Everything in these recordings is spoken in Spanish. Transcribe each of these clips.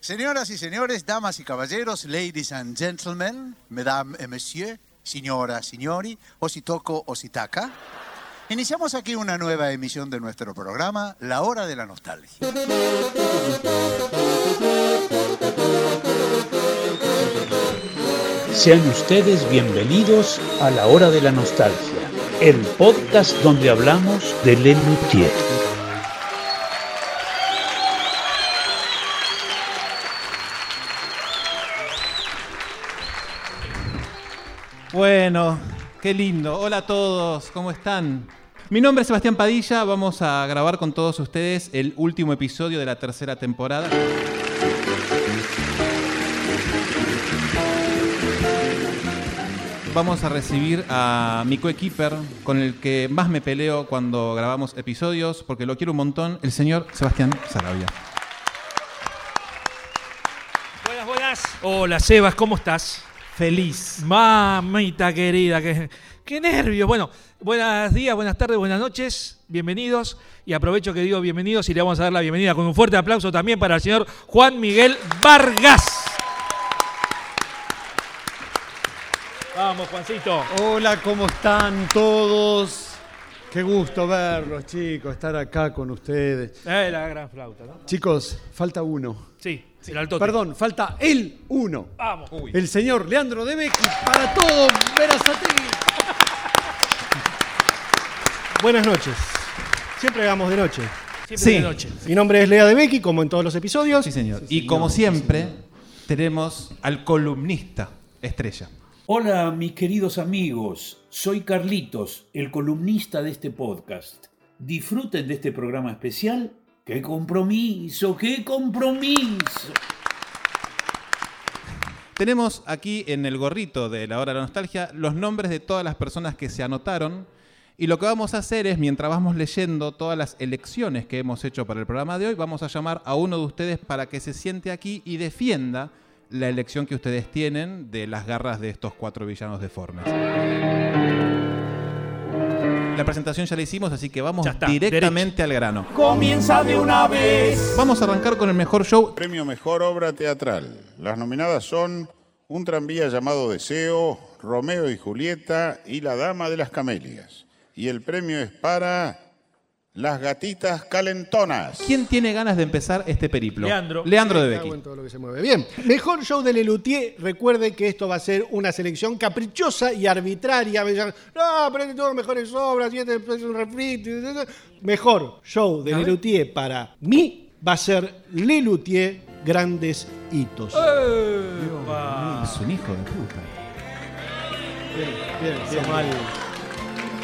Señoras y señores, damas y caballeros, ladies and gentlemen, mesdames et messieurs, señoras, signori, o si toco o si taca, iniciamos aquí una nueva emisión de nuestro programa, La Hora de la Nostalgia. Sean ustedes bienvenidos a la hora de la nostalgia, el podcast donde hablamos de Lelutier. Bueno, qué lindo. Hola a todos, ¿cómo están? Mi nombre es Sebastián Padilla, vamos a grabar con todos ustedes el último episodio de la tercera temporada. Vamos a recibir a mi coequiper, con el que más me peleo cuando grabamos episodios, porque lo quiero un montón, el señor Sebastián Sarabia. Buenas, buenas. Hola, Sebas, ¿cómo estás? Feliz. Mamita querida, qué, qué nervios. Bueno, buenos días, buenas tardes, buenas noches, bienvenidos. Y aprovecho que digo bienvenidos y le vamos a dar la bienvenida con un fuerte aplauso también para el señor Juan Miguel Vargas. Vamos, Juancito. Hola, ¿cómo están todos? Qué gusto verlos, chicos, estar acá con ustedes. Eh, la gran flauta, ¿no? Chicos, falta uno. Sí, el alto. Perdón, falta el uno. Vamos. Eh. El señor Leandro Debecki para todo Verazategui. Buenas noches. Siempre hagamos de noche. Siempre Sí. de noche. Mi nombre es Lea de Becky, como en todos los episodios. Sí, señor. y como siempre, tenemos al columnista estrella. Hola mis queridos amigos, soy Carlitos, el columnista de este podcast. Disfruten de este programa especial. ¡Qué compromiso! ¡Qué compromiso! Tenemos aquí en el gorrito de la hora de la nostalgia los nombres de todas las personas que se anotaron. Y lo que vamos a hacer es, mientras vamos leyendo todas las elecciones que hemos hecho para el programa de hoy, vamos a llamar a uno de ustedes para que se siente aquí y defienda la elección que ustedes tienen de las garras de estos cuatro villanos deformes. La presentación ya la hicimos, así que vamos Ya está, directamente al grano. Comienza de una vez. Vamos a arrancar con el mejor show. Premio Mejor Obra Teatral. Las nominadas son Un tranvía llamado Deseo, Romeo y Julieta y La Dama de las Camelias. Y el premio es para Las Gatitas Calentonas. ¿Quién tiene ganas de empezar este periplo? Leandro. Leandro de Me Becky. cago en todo lo que se mueve. Bien. Mejor show de Lelutier. Recuerde que esto va a ser una selección caprichosa y arbitraria. Me dicen, no, pero es que todas mejores obras, y este es un refrito. Mejor show de Lelutier para mí va a ser Lelutier Grandes Hitos. ¡Eh! Es un hijo de puta. Bien, bien, mal.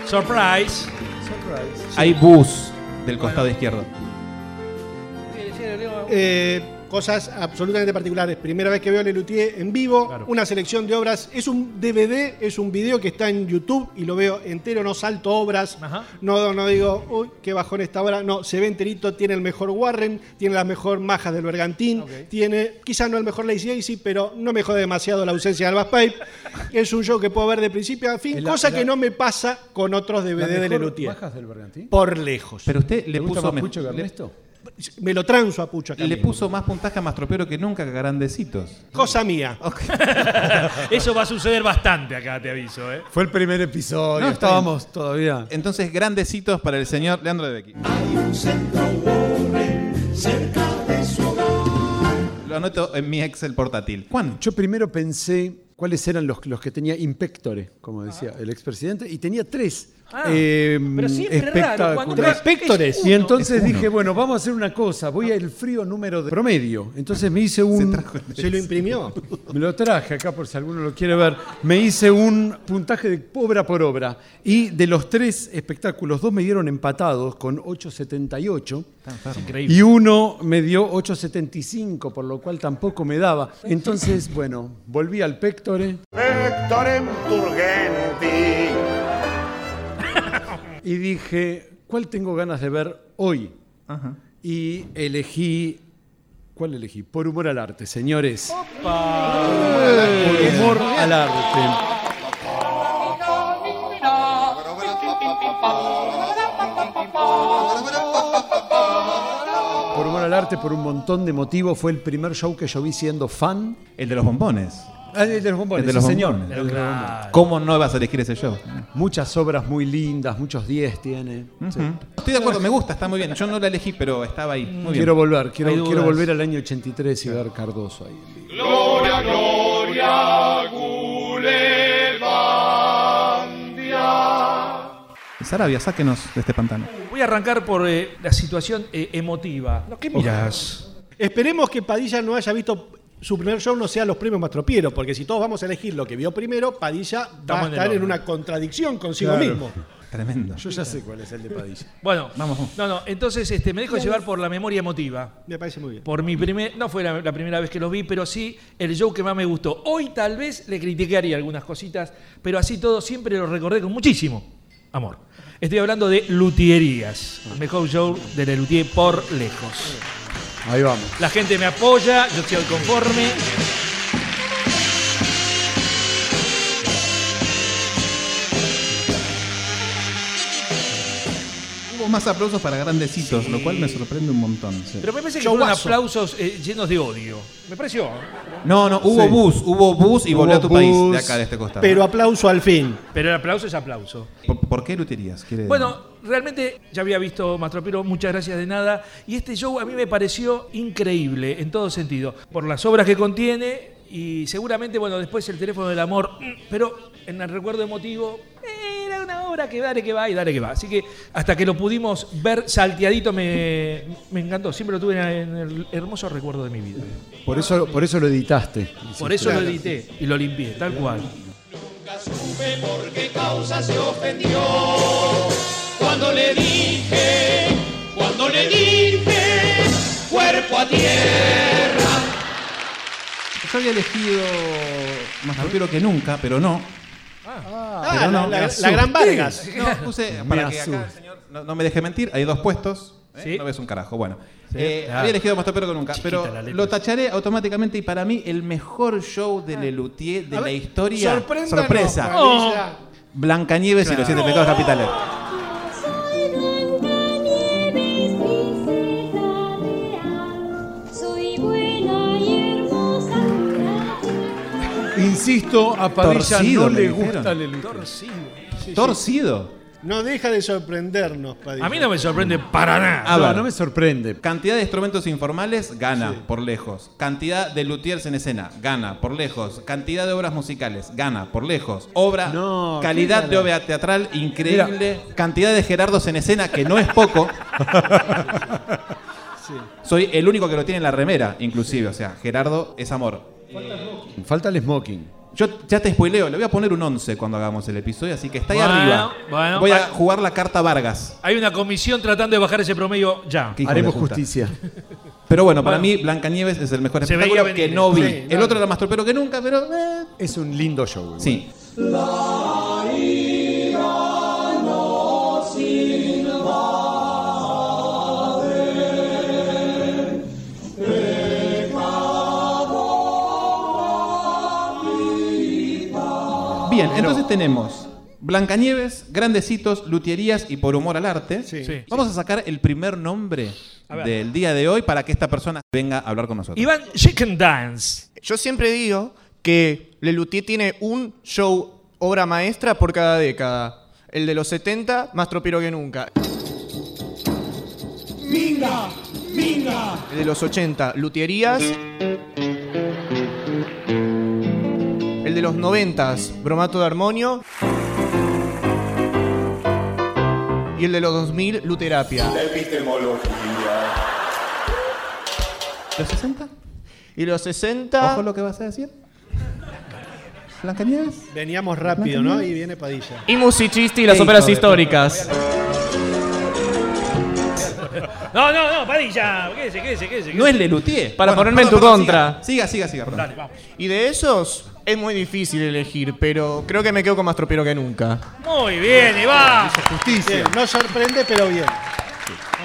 Surprise. Hay bus del costado izquierdo. Eh, cosas absolutamente particulares. Primera vez que veo a Lelutier en vivo, una selección de obras. Es un DVD, es un video que está en YouTube y lo veo entero, no salto obras. Ajá. No, no digo, uy, qué bajón esta obra. No, se ve enterito, tiene el mejor Warren, tiene las mejor majas del Bergantín, tiene, quizás no el mejor Lacey Daisy, pero no me jode demasiado la ausencia de Alba Pipe. es un show que puedo ver de principio a fin, La- cosa la- que no me pasa con otros DVD de Lelutier. ¿Bajas del Bergantín? Por lejos. Pero usted ¿Le le gusta puso, más me- Pucho que le- Ernesto? Me lo transo a Pucho acá. le mismo. puso más puntaje a Mastropiero que nunca a Grandecitos. Cosa mía. Eso va a suceder bastante acá, te aviso, ¿eh? Fue el primer episodio, No, está estábamos todavía. Entonces, Grandecitos para el señor Leandro de Becky. Lo anoto en mi Excel portátil. Juan, Yo primero pensé cuáles eran los, los que tenía impectore, como decía el expresidente, y tenía tres. Ah, eh, pero siempre raro, espectaculares. cuando uno es- Espectores. es Y entonces Es uno. dije, bueno, vamos a hacer una cosa, voy al frío número de promedio. Entonces me hice un... Se lo imprimió. Me lo traje acá por si alguno lo quiere ver. Me hice un puntaje de obra por obra. Y de los tres espectáculos, dos me dieron empatados con 8.78 Increíble. y uno me dio 8.75, por lo cual tampoco me daba. Entonces, bueno, volví al Pectore Vectorem Turgenti. y dije, ¿cuál tengo ganas de ver hoy? Y elegí... ¿Cuál elegí? Por humor al arte, señores. Por humor al arte. Por humor al arte aparte por un montón de motivos, fue el primer show que yo vi siendo fan. El de los bombones. Ah, el de los bombones, El de los sí, señor. bombones. El de los bombones. ¿Cómo no vas a elegir ese show? Muchas obras muy lindas, muchos 10 tiene. Sí. Ujú. Estoy de acuerdo, me gusta, está muy bien. Yo no la elegí, pero estaba ahí. Muy bien. Quiero volver, Hay quiero, dudas. quiero volver al año 83 y ver Cardoso ahí. en vivo. Sarabia, sáquenos de este pantano. Voy a arrancar por eh, la situación eh, emotiva. No, ¿Qué mirás? Esperemos que Padilla no haya visto su primer show, no sea los premios Mastropieros, porque si todos vamos a elegir lo que vio primero, Padilla va en a el estar en horno. una contradicción consigo Claro. mismo. Tremendo. Yo ya sé cuál es el de Padilla. Bueno, Vamos, vamos. No, no, entonces este, me dejo llevar por la memoria emotiva. Me parece muy bien. Por mi primer. No fue la, la primera vez que los vi, pero sí el show que más me gustó. Hoy tal vez le criticaría algunas cositas, pero así todo siempre lo recordé con muchísimo amor. Estoy hablando de Lutierías, el mejor show de Lelutier por lejos. Ahí vamos. La gente me apoya, yo estoy conforme. Hubo más aplausos para grandecitos, lo cual me sorprende un montón. sí. Pero me parece que fueron Showazo. aplausos eh, llenos de odio. Me pareció. No, no, hubo Sí. bus, hubo bus y Hubo volvió a tu país bus, de acá, de este costado. Pero aplauso al fin. Pero el aplauso es aplauso. ¿Por, por qué luterías? ¿Quiere- Bueno, realmente ya había visto Mastropiro, muchas gracias de nada. Y este show a mí me pareció increíble en todo sentido, por las obras que contiene y seguramente, bueno, después el teléfono del amor, mm, pero en el recuerdo emotivo, eh, era una obra que dale que va y dale que va. Así que hasta que lo pudimos ver salteadito me, me encantó, siempre lo tuve en el hermoso recuerdo de mi vida. Por eso, por eso lo editaste. Por eso lo edité y lo limpié, tal cual. yo había elegido más vampiro que nunca, pero no. Ah, Pero no, la, la- me la asusté. gran Vargas. No, puse para que acá, asusta. señor, no, no me deje mentir, hay dos puestos. ¿eh? Sí. No ves un carajo, bueno. Eh, Ah. Había elegido más vampiro que nunca, Chiquita la pero letra. lo tacharé automáticamente y para mí el mejor show Ah. de Lelutier de la historia. Sorpréndanos, Sorpresa. Padilla. Blancanieves y los siete pecados capitales. Soy buena y hermosa. Insisto, a Padilla Torcido, no me le dijeron. gusta el Torcido. No deja de sorprendernos, Padilla. A mí no me sorprende para nada. A no, ver. no me sorprende. Cantidad de instrumentos informales, gana por lejos. Cantidad de luthiers en escena, gana por lejos. Cantidad de obras musicales, gana por lejos. Obra, No, calidad de obra teatral increíble. Cantidad de Gerardos en escena, que no es poco. Soy el único que lo tiene en la remera, inclusive. O sea, Gerardo es amor. Falta el smoking. Yo ya te spoileo, le voy a poner un 11 cuando hagamos el episodio, así que está ahí Bueno, arriba. bueno, Ah. voy a pa- jugar la carta Vargas. Hay una comisión tratando de bajar ese promedio ya. que hijo de Haremos puta. justicia. Pero bueno, para mí Blancanieves es el mejor Se espectáculo veía que venir, no ¿eh? vi. Sí, El claro. otro era más tropero que nunca, pero eh, Es un lindo show. ¿eh? sí. Bien, entonces tenemos Blancanieves, Grandecitos, Luterías y Por Humor al Arte. Sí. Vamos a sacar el primer nombre A ver. del día de hoy para que esta persona venga a hablar con nosotros. Iván Chicken Dance. Yo siempre digo que Lelutier tiene un show obra maestra por cada década. El de los 70, más tropiro que nunca. El de los 80, Lutierías. El de los 90, Bromato de Armonio. Y el de los 2000, Luterapia. ¿Los 60? Y los 60... Ojo lo que vas a decir. Blancanieves. Veníamos rápido, ¿no? Y viene Padilla. Y Musicisti y las Hijo óperas de puta. históricas. No, no, no, Padilla, quédese, quédese, quédese. No es Lelutier. Para ponerme en tu contra. Siga, siga, siga. perdón. Dale, vamos. Y de esos es muy difícil elegir, pero creo que me quedo con más tropero que nunca. Muy bien, Iván. Justicia. Bien, no sorprende, pero bien.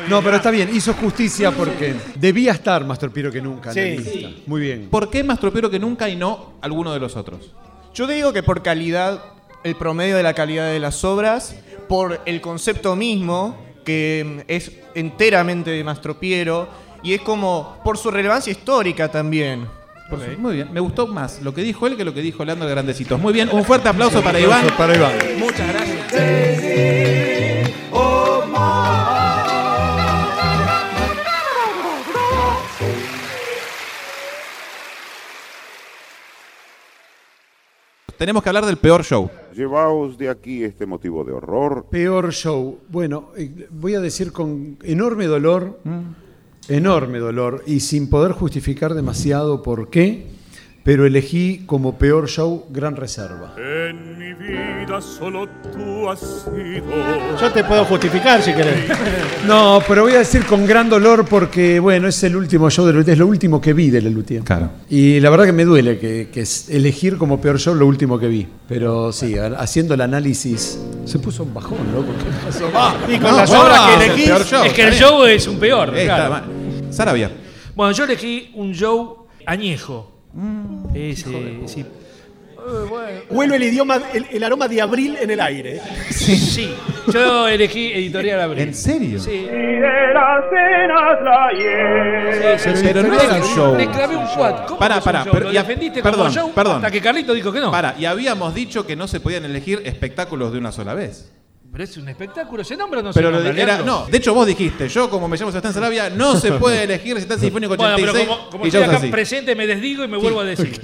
No, pero está bien, hizo justicia porque debía estar más torpiro que nunca en la Sí. lista. Muy bien. ¿Por qué más tropero que nunca y no alguno de los otros? Yo te digo que por calidad, el promedio de la calidad de las obras, por el concepto mismo, que mm, es enteramente de Mastropiero, Y es como por su relevancia histórica también. Por su- Muy bien, me gustó más lo que dijo él que lo que dijo Leandro Grandecitos. Muy bien, un fuerte aplauso para Iván. Para Iván. Muchas gracias. Tenemos que hablar del peor show. Llevaos de aquí este motivo de horror. Peor show. Bueno, eh, voy a decir con enorme dolor, Mm. enorme dolor, y sin poder justificar demasiado por qué, pero elegí como peor show Gran Reserva. En mi vida solo tú has sido. Yo te puedo justificar si querés. No, pero voy a decir con gran dolor porque, bueno, es el último show de Lelutier, es lo último que vi de Lelutier. Claro. Y la verdad que me duele que, que es- elegir como peor show lo último que vi. Pero sí, a- haciendo el análisis, se puso un bajón, loco. ¿Qué pasó? Ah, Y con No, las bueno, obras es que el elegís. peor show, es que el está bien. show es un peor. Eh, claro. está mal. Sarabia. Bueno, yo elegí un show añejo. Mm. Ese, sí. Vuelve el idioma, el, el aroma de abril en el aire. Sí, yo elegí Editorial Abril. ¿En serio? Sí. Pero Pero no era un show. Le clavé un quad. ¿Cómo Pará, que es un pará, show? pero Lo ya- defendiste perdón, como show perdón. hasta que Carlito dijo que no. Para, y habíamos dicho que no se podían elegir espectáculos de una sola vez. Pero es un espectáculo. ¿Se nombra o no Pero se lo nombra? de, era, Leandro? no, de hecho vos dijiste, yo como me llamo Sebastián Sarabia, no se puede elegir Sebastián Sinfónico Bueno, 86 pero como, como y estoy ya acá así. presente, me desdigo y me vuelvo a decir.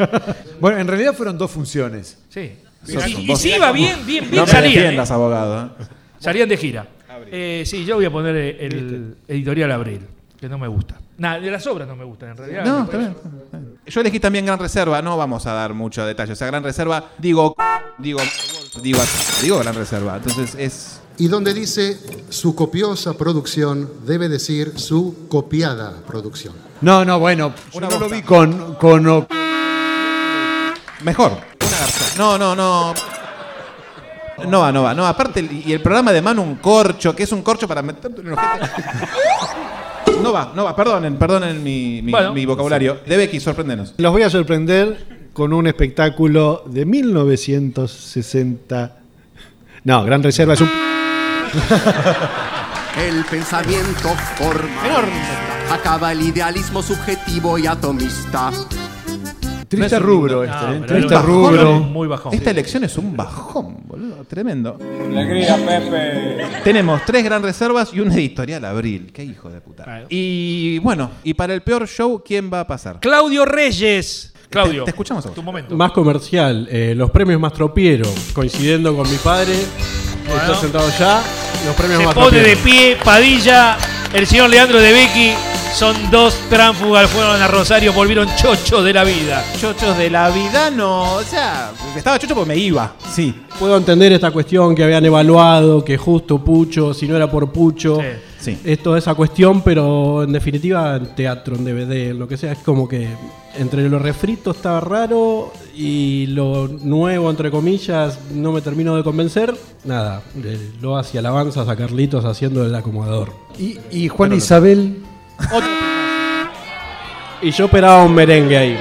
Bueno, en realidad fueron dos funciones. Sí. Sos Y- un Y, vos. sí, iba bien, bien, bien. No me salían, defiendas, eh. abogado. ¿eh? salían de gira. Eh, sí, yo voy a poner el, editorial Abril, que no me gusta. Nada, de las obras no me gustan, en realidad. No, está bien, está bien. Yo elegí también Gran Reserva, no vamos a dar mucho detalle. O sea, Gran Reserva, digo, digo, digo, digo Gran Reserva. Entonces es. Y donde dice su copiosa producción, debe decir su copiada producción. No, no, bueno, yo Una no lo bosta. vi con, con o- Mejor. Una garza. No, no, no. No va, no va, no. Aparte, el- y el programa de mano un corcho, que es un corcho para meterte en el ojete. No va, no va, perdonen, perdonen mi, mi, Bueno. mi vocabulario. De Becky, sorpréndenos. Los voy a sorprender con un espectáculo de 1960. No, Gran Reserva es un. El pensamiento forma. Acaba el idealismo subjetivo y atomista. Triste No es un- rubro No, este, ¿eh? pero Triste era un bajón, rubro. Muy bajón. Esta elección es un bajón, boludo, tremendo. Tenemos tres gran reservas y una editorial abril. Qué hijo de puta. Claro. Y bueno, y para el peor show, ¿quién va a pasar? Claudio Reyes. Claudio. Te- te escuchamos a vos. Tu momento. Más comercial, eh, los premios Mastropiero, coincidiendo con mi padre, que está sentado allá, los premios Se Mastropiero. pone de pie, Padilla, el señor Leandro de Becky. Son dos tránfugas, fueron a Rosario, volvieron chochos de la vida. Chochos de la vida, no. O sea, estaba chocho porque me iba. Sí. Puedo entender esta cuestión que habían evaluado, que justo Pucho, si no era por Pucho, Sí, sí. es toda esa cuestión, pero en definitiva en teatro, en DVD, en lo que sea, es como que entre lo refrito estaba raro y lo nuevo, entre comillas, no me termino de convencer, nada, eh, lo hace alabanzas a Carlitos haciendo el acomodador. Y, y Juan Isabel, Y yo esperaba un merengue ahí,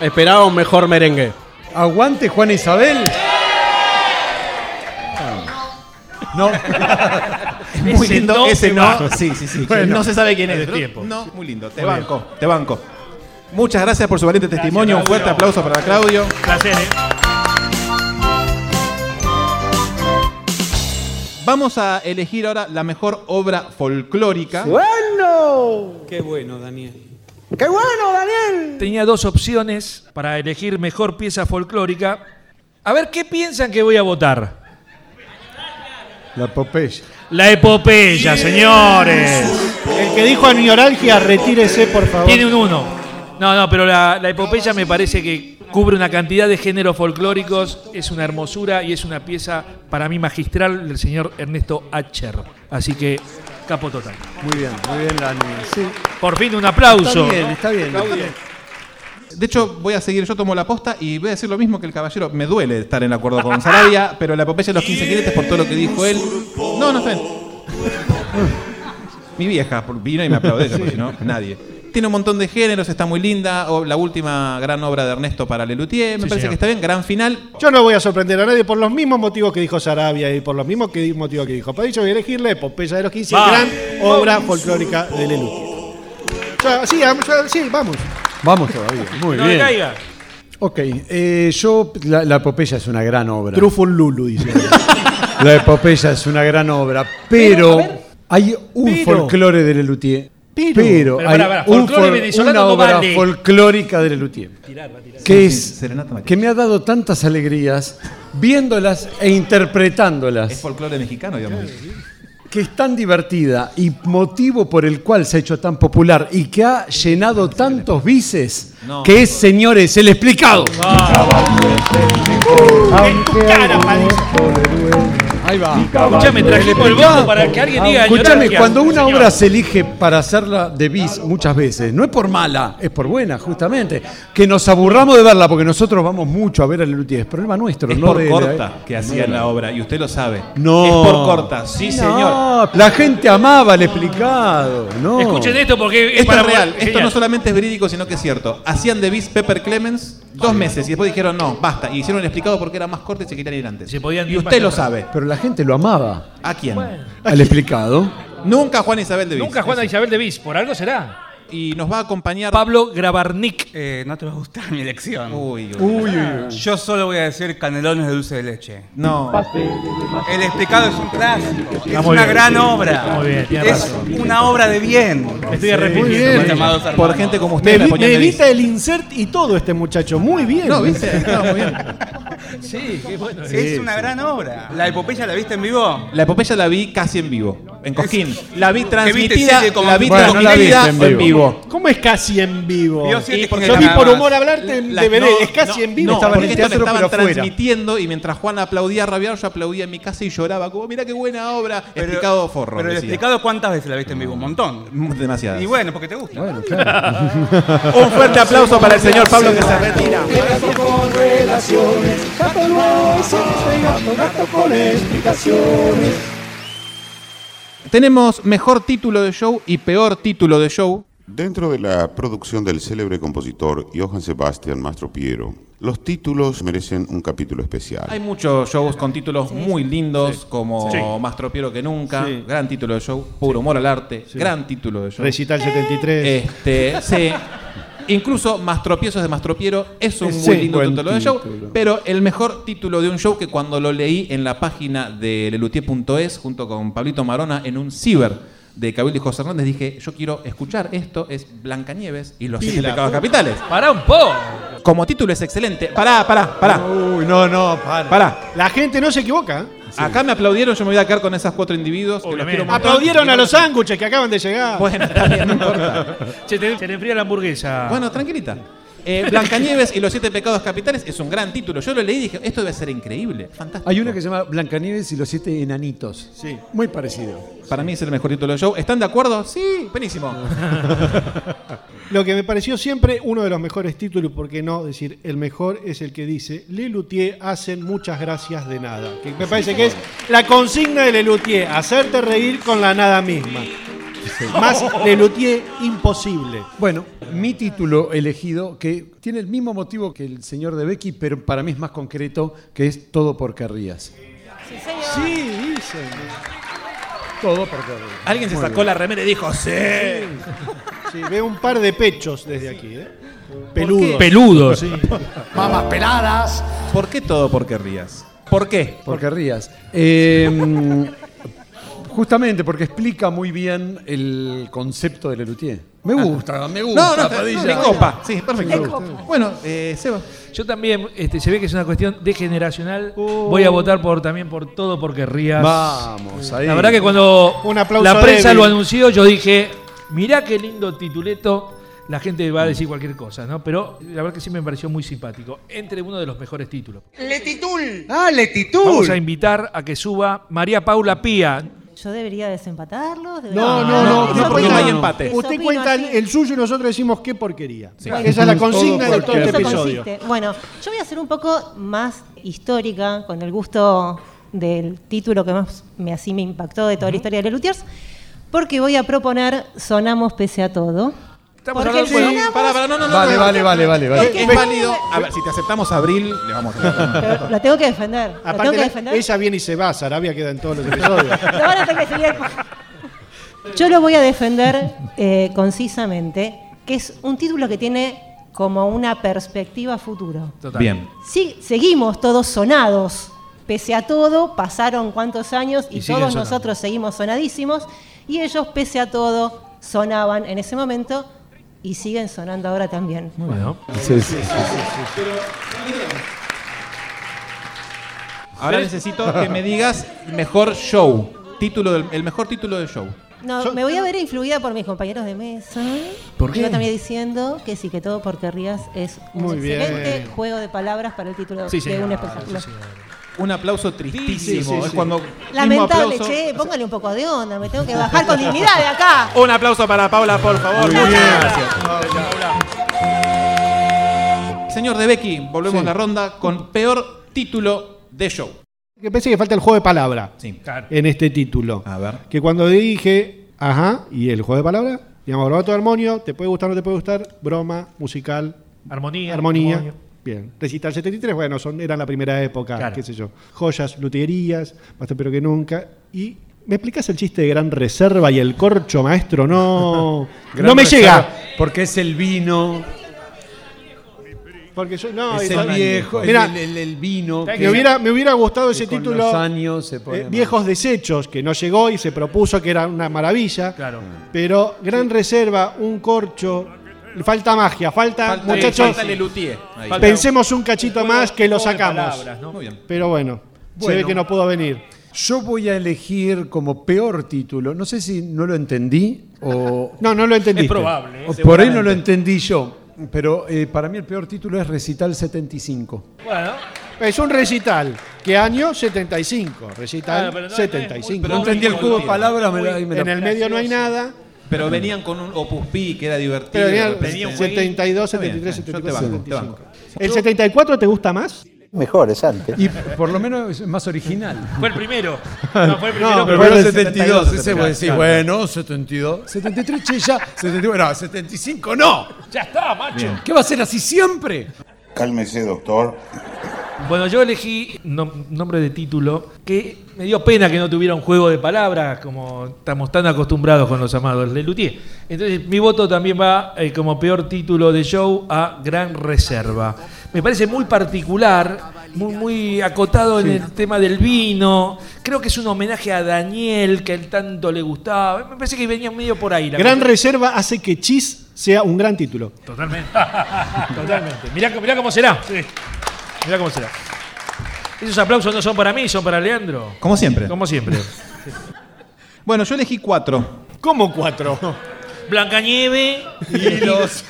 esperaba un mejor merengue. ¿Eh? aguante Juan Isabel. No, Muy Ese lindo, no ese se no. va. Sí, sí, sí. Bueno. no se sabe quién es. Hace pero- tiempo. No, muy lindo. Te banco, te banco. Muchas gracias por su valiente testimonio. Un fuerte Claudio. aplauso para Claudio. Placer, ¿eh? Vamos a elegir ahora la mejor obra folclórica. Qué bueno, Daniel. Tenía dos opciones para elegir mejor pieza folclórica. A ver, ¿qué piensan que voy a votar? la Popeye. La epopeya, señores. El que dijo anoralgia, retírese, por favor. Tiene un uno. No, no, pero la, la epopeya me parece que cubre una cantidad de géneros folclóricos, es una hermosura y es una pieza para mí magistral del señor Ernesto Acher. Así que, capo total. Muy bien, muy bien, Dani. Sí, Por fin un está aplauso. bien, está bien. está bien. De hecho, voy a seguir, yo tomo la posta y voy a decir lo mismo que el caballero. Me duele estar en acuerdo con Sarabia, pero la epopeya de los 15 jinetes por todo lo que dijo él. No, no está bien. Mi vieja por- vino y me aplaudió, porque si no, nadie. Tiene un montón de géneros, está muy linda. O- La última gran obra de Ernesto para Lelutier, me Sí, parece señor. que está bien. Gran final. Yo no voy a sorprender a nadie por los mismos motivos que dijo Sarabia y por los mismos que, motivos que dijo Padilla. Voy a elegir la epopeya de los 15, Va. gran obra folclórica de Leluti. Ya, sí, am- ya, sí, vamos. Vamos todavía. Muy No bien. decaiga. Ok, eh, yo. La, la epopeya es una gran obra. Trufol Lulu, dice. la epopeya es una gran obra, pero. hay un pero- folclore de Lelutier. Pero, Pero hay pará, pará, un folclore fol- venezolano una no obra vale. folclórica de Lelutier. Sí, Que es. sí, Serenata María. que me ha dado tantas alegrías viéndolas e interpretándolas Es folclore mexicano, digamos. que es tan divertida y motivo por el cual se ha hecho tan popular y que ha llenado tantos vices, No. que es, señores, el explicado. Ah, Ahí va. Escuchame, trajimos el bombo para que alguien diga Escúchame, llorar. cuando una Señor. obra se elige para hacerla de bis muchas veces, no es por mala, es por buena, justamente. Que nos aburramos de verla, porque nosotros vamos mucho a ver a Lelutier, es problema nuestro, Es no por de- de- corta que hacían la obra, y usted lo sabe. No. Es por corta, sí, señor. No, La gente amaba el explicado. No. Escuchen esto porque es Esto para es real, esto Genial. no solamente es verídico, sino que es cierto. Hacían de Beast Pepper Clemens dos meses y después dijeron no, basta. Y hicieron el explicado porque era más corto y se querían ir antes. podían y ir usted más lo atrás. sabe. Pero la gente lo amaba. ¿A quién? Al explicado. Nunca Juan Isabel de Beast. Nunca Juana Isabel de Viz, por algo será. Y nos va a acompañar. Pablo Grabarnik. Eh, no te va a gustar mi elección. Uy, Uy, uy, uy. Yo solo voy a decir canelones de dulce de leche. No. El explicado es un clásico. Es muy una bien. gran obra. Muy bien, tiene es razón. una obra de bien. Estoy arrepintiendo, Muy María. estimados hermanos. Por gente como usted Me, la vi- ponían me de Beast. evita el insert y todo este muchacho. Muy bien. No, ¿viste? No, muy bien. Sí, qué bueno. Es una gran obra. ¿La epopeya la viste en vivo? La epopeya la vi casi en vivo, en Cosquín. La vi transmitida, serie como- la vi Bueno, no la transmitida viste en en, vivo. vivo. ¿Cómo es casi en vivo? Vio siete Y- porque Yo vi nada por más. humor hablarte en La- DVD. no, es casi no, en vivo. No, Estaba en porque el esto teatro, lo pero estaban afuera. transmitiendo y mientras Juan aplaudía rabiado, yo aplaudía en mi casa y lloraba como, mira qué buena obra, explicado forro. Pero el decía. explicado, ¿cuántas veces la viste en vivo? Un montón. Demasiadas. Y bueno, porque te gusta. Un fuerte aplauso para el señor Pablo que se retira. Tenemos mejor título de show y peor título de show. Dentro de la producción del célebre compositor Johann Sebastian Mastro Piero, los títulos merecen un capítulo especial. Hay muchos shows con títulos muy lindos, como Sí. Más tropiero que nunca, Sí. gran título de show, Puro humor al arte, gran título de show. Recital 73. Este, sí. Incluso Más tropiezos de Más tropiero es un Es muy un lindo buen título de show, título. pero el mejor título de un show que cuando lo leí en la página de lelutier.es junto con Pablito Marona en un ciber de Cabildo y José Hernández dije, yo quiero escuchar esto, es Blancanieves y los siete pecados capitales. Pará un poco. Como título es excelente. Pará, pará, pará, Uy, no, no, para. pará. La gente no se equivoca. ¿eh? Acá me aplaudieron, yo me voy a quedar con esas cuatro individuos. que los Obviamente. quiero un montón. Aplaudieron a los sándwiches que acaban de llegar. Bueno, está bien, no importa. Se te, se le enfría la hamburguesa. Bueno, tranquilita. Eh, Blancanieves y los siete pecados capitales es un gran título. Yo lo leí y dije, esto debe ser increíble. Fantástico. Hay una que se llama Blancanieves y los siete enanitos. Sí. Muy parecido. Para mí es el mejor título del show. ¿Están de acuerdo? Sí, buenísimo. Lo que me pareció siempre uno de los mejores títulos, ¿por qué no decir el mejor? Es el que dice: Le Luthier hacen muchas gracias de nada. Que me parece que es la consigna de Le Luthier: hacerte reír con la nada misma. Más Le Luthier imposible. Bueno, mi título elegido, que tiene el mismo motivo que el señor de Becky, pero para mí es más concreto, que es Todo porque rías. Sí, dicen. Todo porque rías. Alguien se sacó la remera y dijo, sí. Sí, veo un par de pechos desde aquí, ¿eh? Peludos. Peludo, sí. Mamas peladas. ¿Por qué todo porque rías? ¿Por qué? Porque rías. Eh, justamente porque explica muy bien el concepto de Ah. Lelutier. Me gusta, me gusta. No, no, no, Padilla. de copa. Sí, perfecto. Bueno, eh, Seba. Yo también, este, se ve que es una cuestión de generacional. Uh. Voy a votar por también por todo porque rías. Vamos, ahí. La verdad que cuando Un aplauso la prensa débil. lo anunció, yo dije, mirá qué lindo tituleto. La gente va a decir cualquier cosa, ¿no? Pero la verdad que sí me pareció muy simpático. Entre uno de los mejores títulos. Letitul. Ah, Letitul. Vamos a invitar a que suba María Paula Pía. Yo debería desempatarlos. No, no, no, no, porque cuenta- no hay empate. Usted cuenta el, el suyo y nosotros decimos qué porquería. Bueno. Esa es la consigna de todo En este eso episodio. consiste. Bueno, yo voy a ser un poco más histórica, con el gusto del título que más me, así me impactó de toda la historia de Lelutiers, porque voy a proponer Sonamos pese a todo. Estamos Porque hablando el de- Sonamos- Para, para, no, no, no. Vale, no. vale, vale, vale, vale. Es, es válido. A ver, si te aceptamos abril, le vamos a dar. Pero Lo tengo que defender. Lo tengo Aparte, que la- defender. ella viene y se va, Sarabia queda en todos los episodios. Ahora tengo que seguir- Yo lo voy a defender eh, concisamente, que es un título que tiene como una perspectiva a futuro. Bien. Sí, seguimos todos sonados. Pese a todo, pasaron cuántos años y, Y siguen todos sonando. nosotros seguimos sonadísimos. Y ellos, pese a todo, sonaban en ese momento y siguen sonando ahora también. Bueno. Sí, sí, sí, Ahora necesito que me digas mejor show. Título del- el mejor título del show. No, me voy a ver influida por mis compañeros de mesa. ¿Por que qué? Yo también diciendo que sí, que todo porque rías es un Muy bien. excelente juego de palabras para el título Sí, de un señor, espectáculo. Un aplauso tristísimo. Sí, sí, sí, es sí. cuando. Lamentable, mismo aplauso- che, póngale un poco de onda, me tengo que bajar con dignidad de acá. Un aplauso para Paula, por favor. Muchas gracias. Señor De Becky, volvemos la ronda con peor título de show. Que pensé que falta el juego de palabra en este título. A ver. Que cuando dije, ajá, y el juego de palabra, digamos, Roberto Armonio, ¿te puede gustar o no te puede gustar? Broma, musical, Armonía. armonía. armonio. Bien. Recital 73, bueno, son, eran la primera época, Claro. qué sé yo. Joyas, luterías, más pero que nunca. Y. ¿Me explicas el chiste de Gran Reserva y el corcho, maestro? No. no Gran me reserva, llega. Porque es el vino. Porque yo. No, es eso- el viejo, Mirá, el, el- el vino. me, hubiera, me hubiera gustado ese con título. los años se pone eh, más. viejos desechos, que no llegó y se propuso que era una maravilla. Claro. Pero Gran Reserva, un corcho. Falta magia, falta, Falta- muchachos. falta Lelutier. Ahí. Falta- Pensemos un cachito más que lo sacamos. Muy bien. Pero bueno, se ve Bueno. que no pudo venir. Yo voy a elegir como peor título. No sé si no lo entendí o. No, no lo entendiste. Es probable, O eh, Por ahí no lo seguramente. entendí yo. Pero eh, para mí el peor título es Recital 75. Bueno. Es un recital. ¿Qué año? 75. Recital Claro, Ah, pero no- no es 75. muy- pero no entendí el juego de palabras, me la- me la- En el medio no hay nada. Pero venían con un Opus Pi que era divertido. Pero venía de repente. 72, Está bien, 73, está bien, 74, Yo te banco, te banco. ¿El 74 te gusta más? Mejor, es antes. Y por lo menos es más original. Fue el primero. No, fue el primero. No, pero pero fue bueno, el 72. Ese claro, vos decís, claro. bueno, 72. 73, che, ya. 72, no, 75 no. Ya está, macho. ¿Qué va a ser así siempre? Cálmese, doctor. Bueno, yo elegí nom- nombre de título que me dio pena que no tuviera un juego de palabras como estamos tan acostumbrados con los amados de Luthier. Entonces, mi voto también va eh, como peor título de show a Gran Reserva. Me parece muy particular, muy, muy acotado en el tema del vino. Creo que es un homenaje a Daniel, que a él tanto le gustaba. Me parece que venía medio por ahí. la Gran cosa. Reserva hace que Chis sea un gran título. Totalmente. Totalmente. Mirá, mirá cómo será. Sí. Mirá cómo será. Esos aplausos no son para mí, son para Leandro. Como siempre. Como siempre. Bueno, yo elegí cuatro. ¿Cómo cuatro? Blancanieve y los,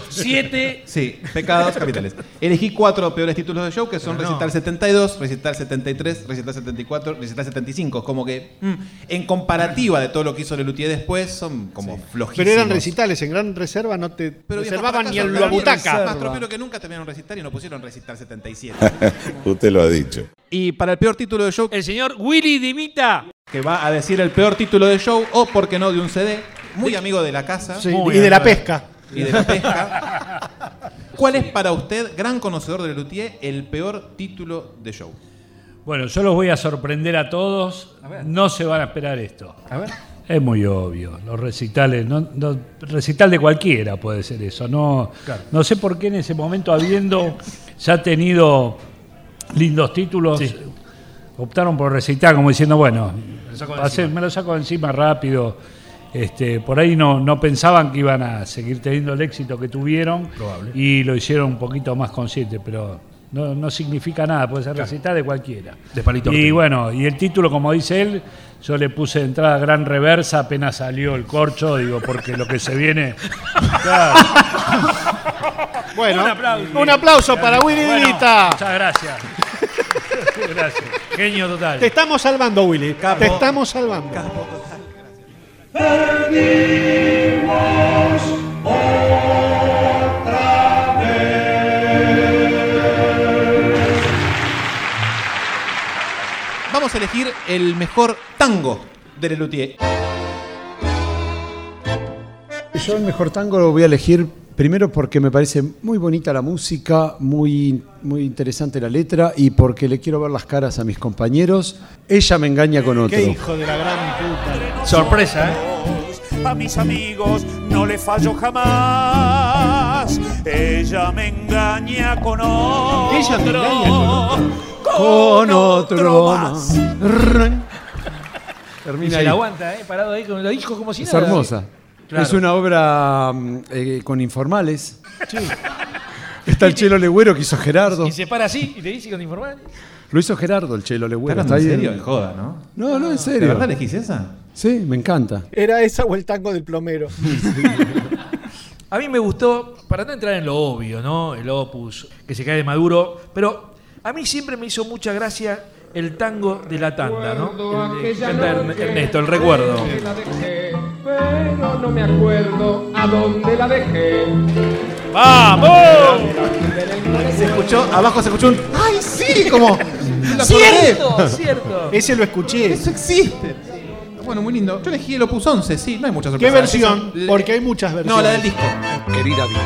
siete. Sí, pecados capitales. Elegí cuatro peores títulos de show que son Pero no. Recital 72, Recital 73, Recital 74, Recital 75. Como que mm, en comparativa de todo lo que hizo Lelutier después son como flojísimos. Pero eran recitales, en Gran Reserva no te viejo, reservaban fracaso, ni el para mí Lobutaca. Más tropero que nunca terminaron recitar y no pusieron Recital 77. Usted lo ha dicho. y para el peor título de show, el señor Willy Dimita. que va a decir el peor título de show o, por qué no, de un CD. Muy amigo de la casa. Sí, Muy y de la amigo pesca. Y de la pesca. ¿Cuál es para usted, gran conocedor de Lelutier, el peor título de show? Bueno, yo los voy a sorprender a todos. No se van a esperar esto. A ver. Es muy obvio. Los recitales, no, no- recital de cualquiera puede ser eso. No, Claro. no sé por qué en ese momento, habiendo ya tenido lindos títulos, eh, optaron por recitar como diciendo, bueno, lo saco de pasé- me lo saco de encima rápido. Este, por ahí no, no pensaban que iban a seguir teniendo el éxito que tuvieron Probable. y lo hicieron un poquito más consciente, pero no, no significa nada, puede ser recital de cualquiera. De Palito Y Ortega. bueno, y el título, como dice él, yo le puse de entrada gran reversa, apenas salió el corcho, digo, porque lo que se viene. Claro. Bueno, Un un aplauso. aplauso, para Willy Bueno, Dimita. Muchas gracias. gracias. Genio total. Te estamos salvando, Willy. Te estamos salvando. Vamos a elegir el mejor tango de Lelutier. Yo el mejor tango lo voy a elegir primero porque me parece muy bonita la música, muy, muy interesante la letra y porque le quiero ver las caras a mis compañeros. Ella me engaña con otro. de la gran puta. Sorpresa, ¿eh? a mis amigos no le fallo jamás. Ella me engaña con otro. Ella te engaña con Con otro más. Y Termina se ahí. la aguanta, ¿eh? Parado ahí con los hijos como si Es nada. hermosa. Claro. Es una obra mm, eh, con informales. Sí. Está el Chelo Legüero que hizo Gerardo. Y se para así y le dice con informar. Lo hizo Gerardo el Chelo Legüero. hablando Está en ahí serio? De joda, ¿no? No, no, en serio. ¿De verdad elegís esa? Sí, me encanta. Era esa o el tango del plomero. A mí me gustó, para no entrar en lo obvio, ¿no? El opus, que se cae de maduro, pero a mí siempre me hizo mucha gracia el tango de la tanda, ¿no? El de- canta Erne- Ernesto, el recuerdo. Pero no me acuerdo a dónde la dejé. ¡Vamos! Se escuchó, abajo se escuchó un. ¡Ay, sí! Como. ¡Cierto! ¡Cierto! Ese lo escuché. Eso existe. Bueno, muy lindo. Yo elegí el Opus 11, sí, no hay muchas ¿Qué sorpresas. versión? Esa- Porque hay muchas versiones. No, la del disco. Querida vida,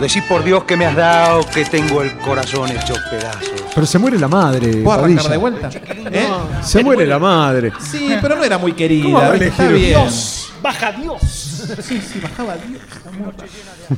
decí por Dios que me has dado que tengo el corazón hecho pedazos. Pero se muere la madre. ¿Puedo arrancar Padilla. de vuelta? ¿Eh? Se muere la madre. Sí, pero no era muy ¿Cómo va querida. a ¿viste? Está elegir? bien. Dios. Baja Dios. Sí, sí, bajaba Dios.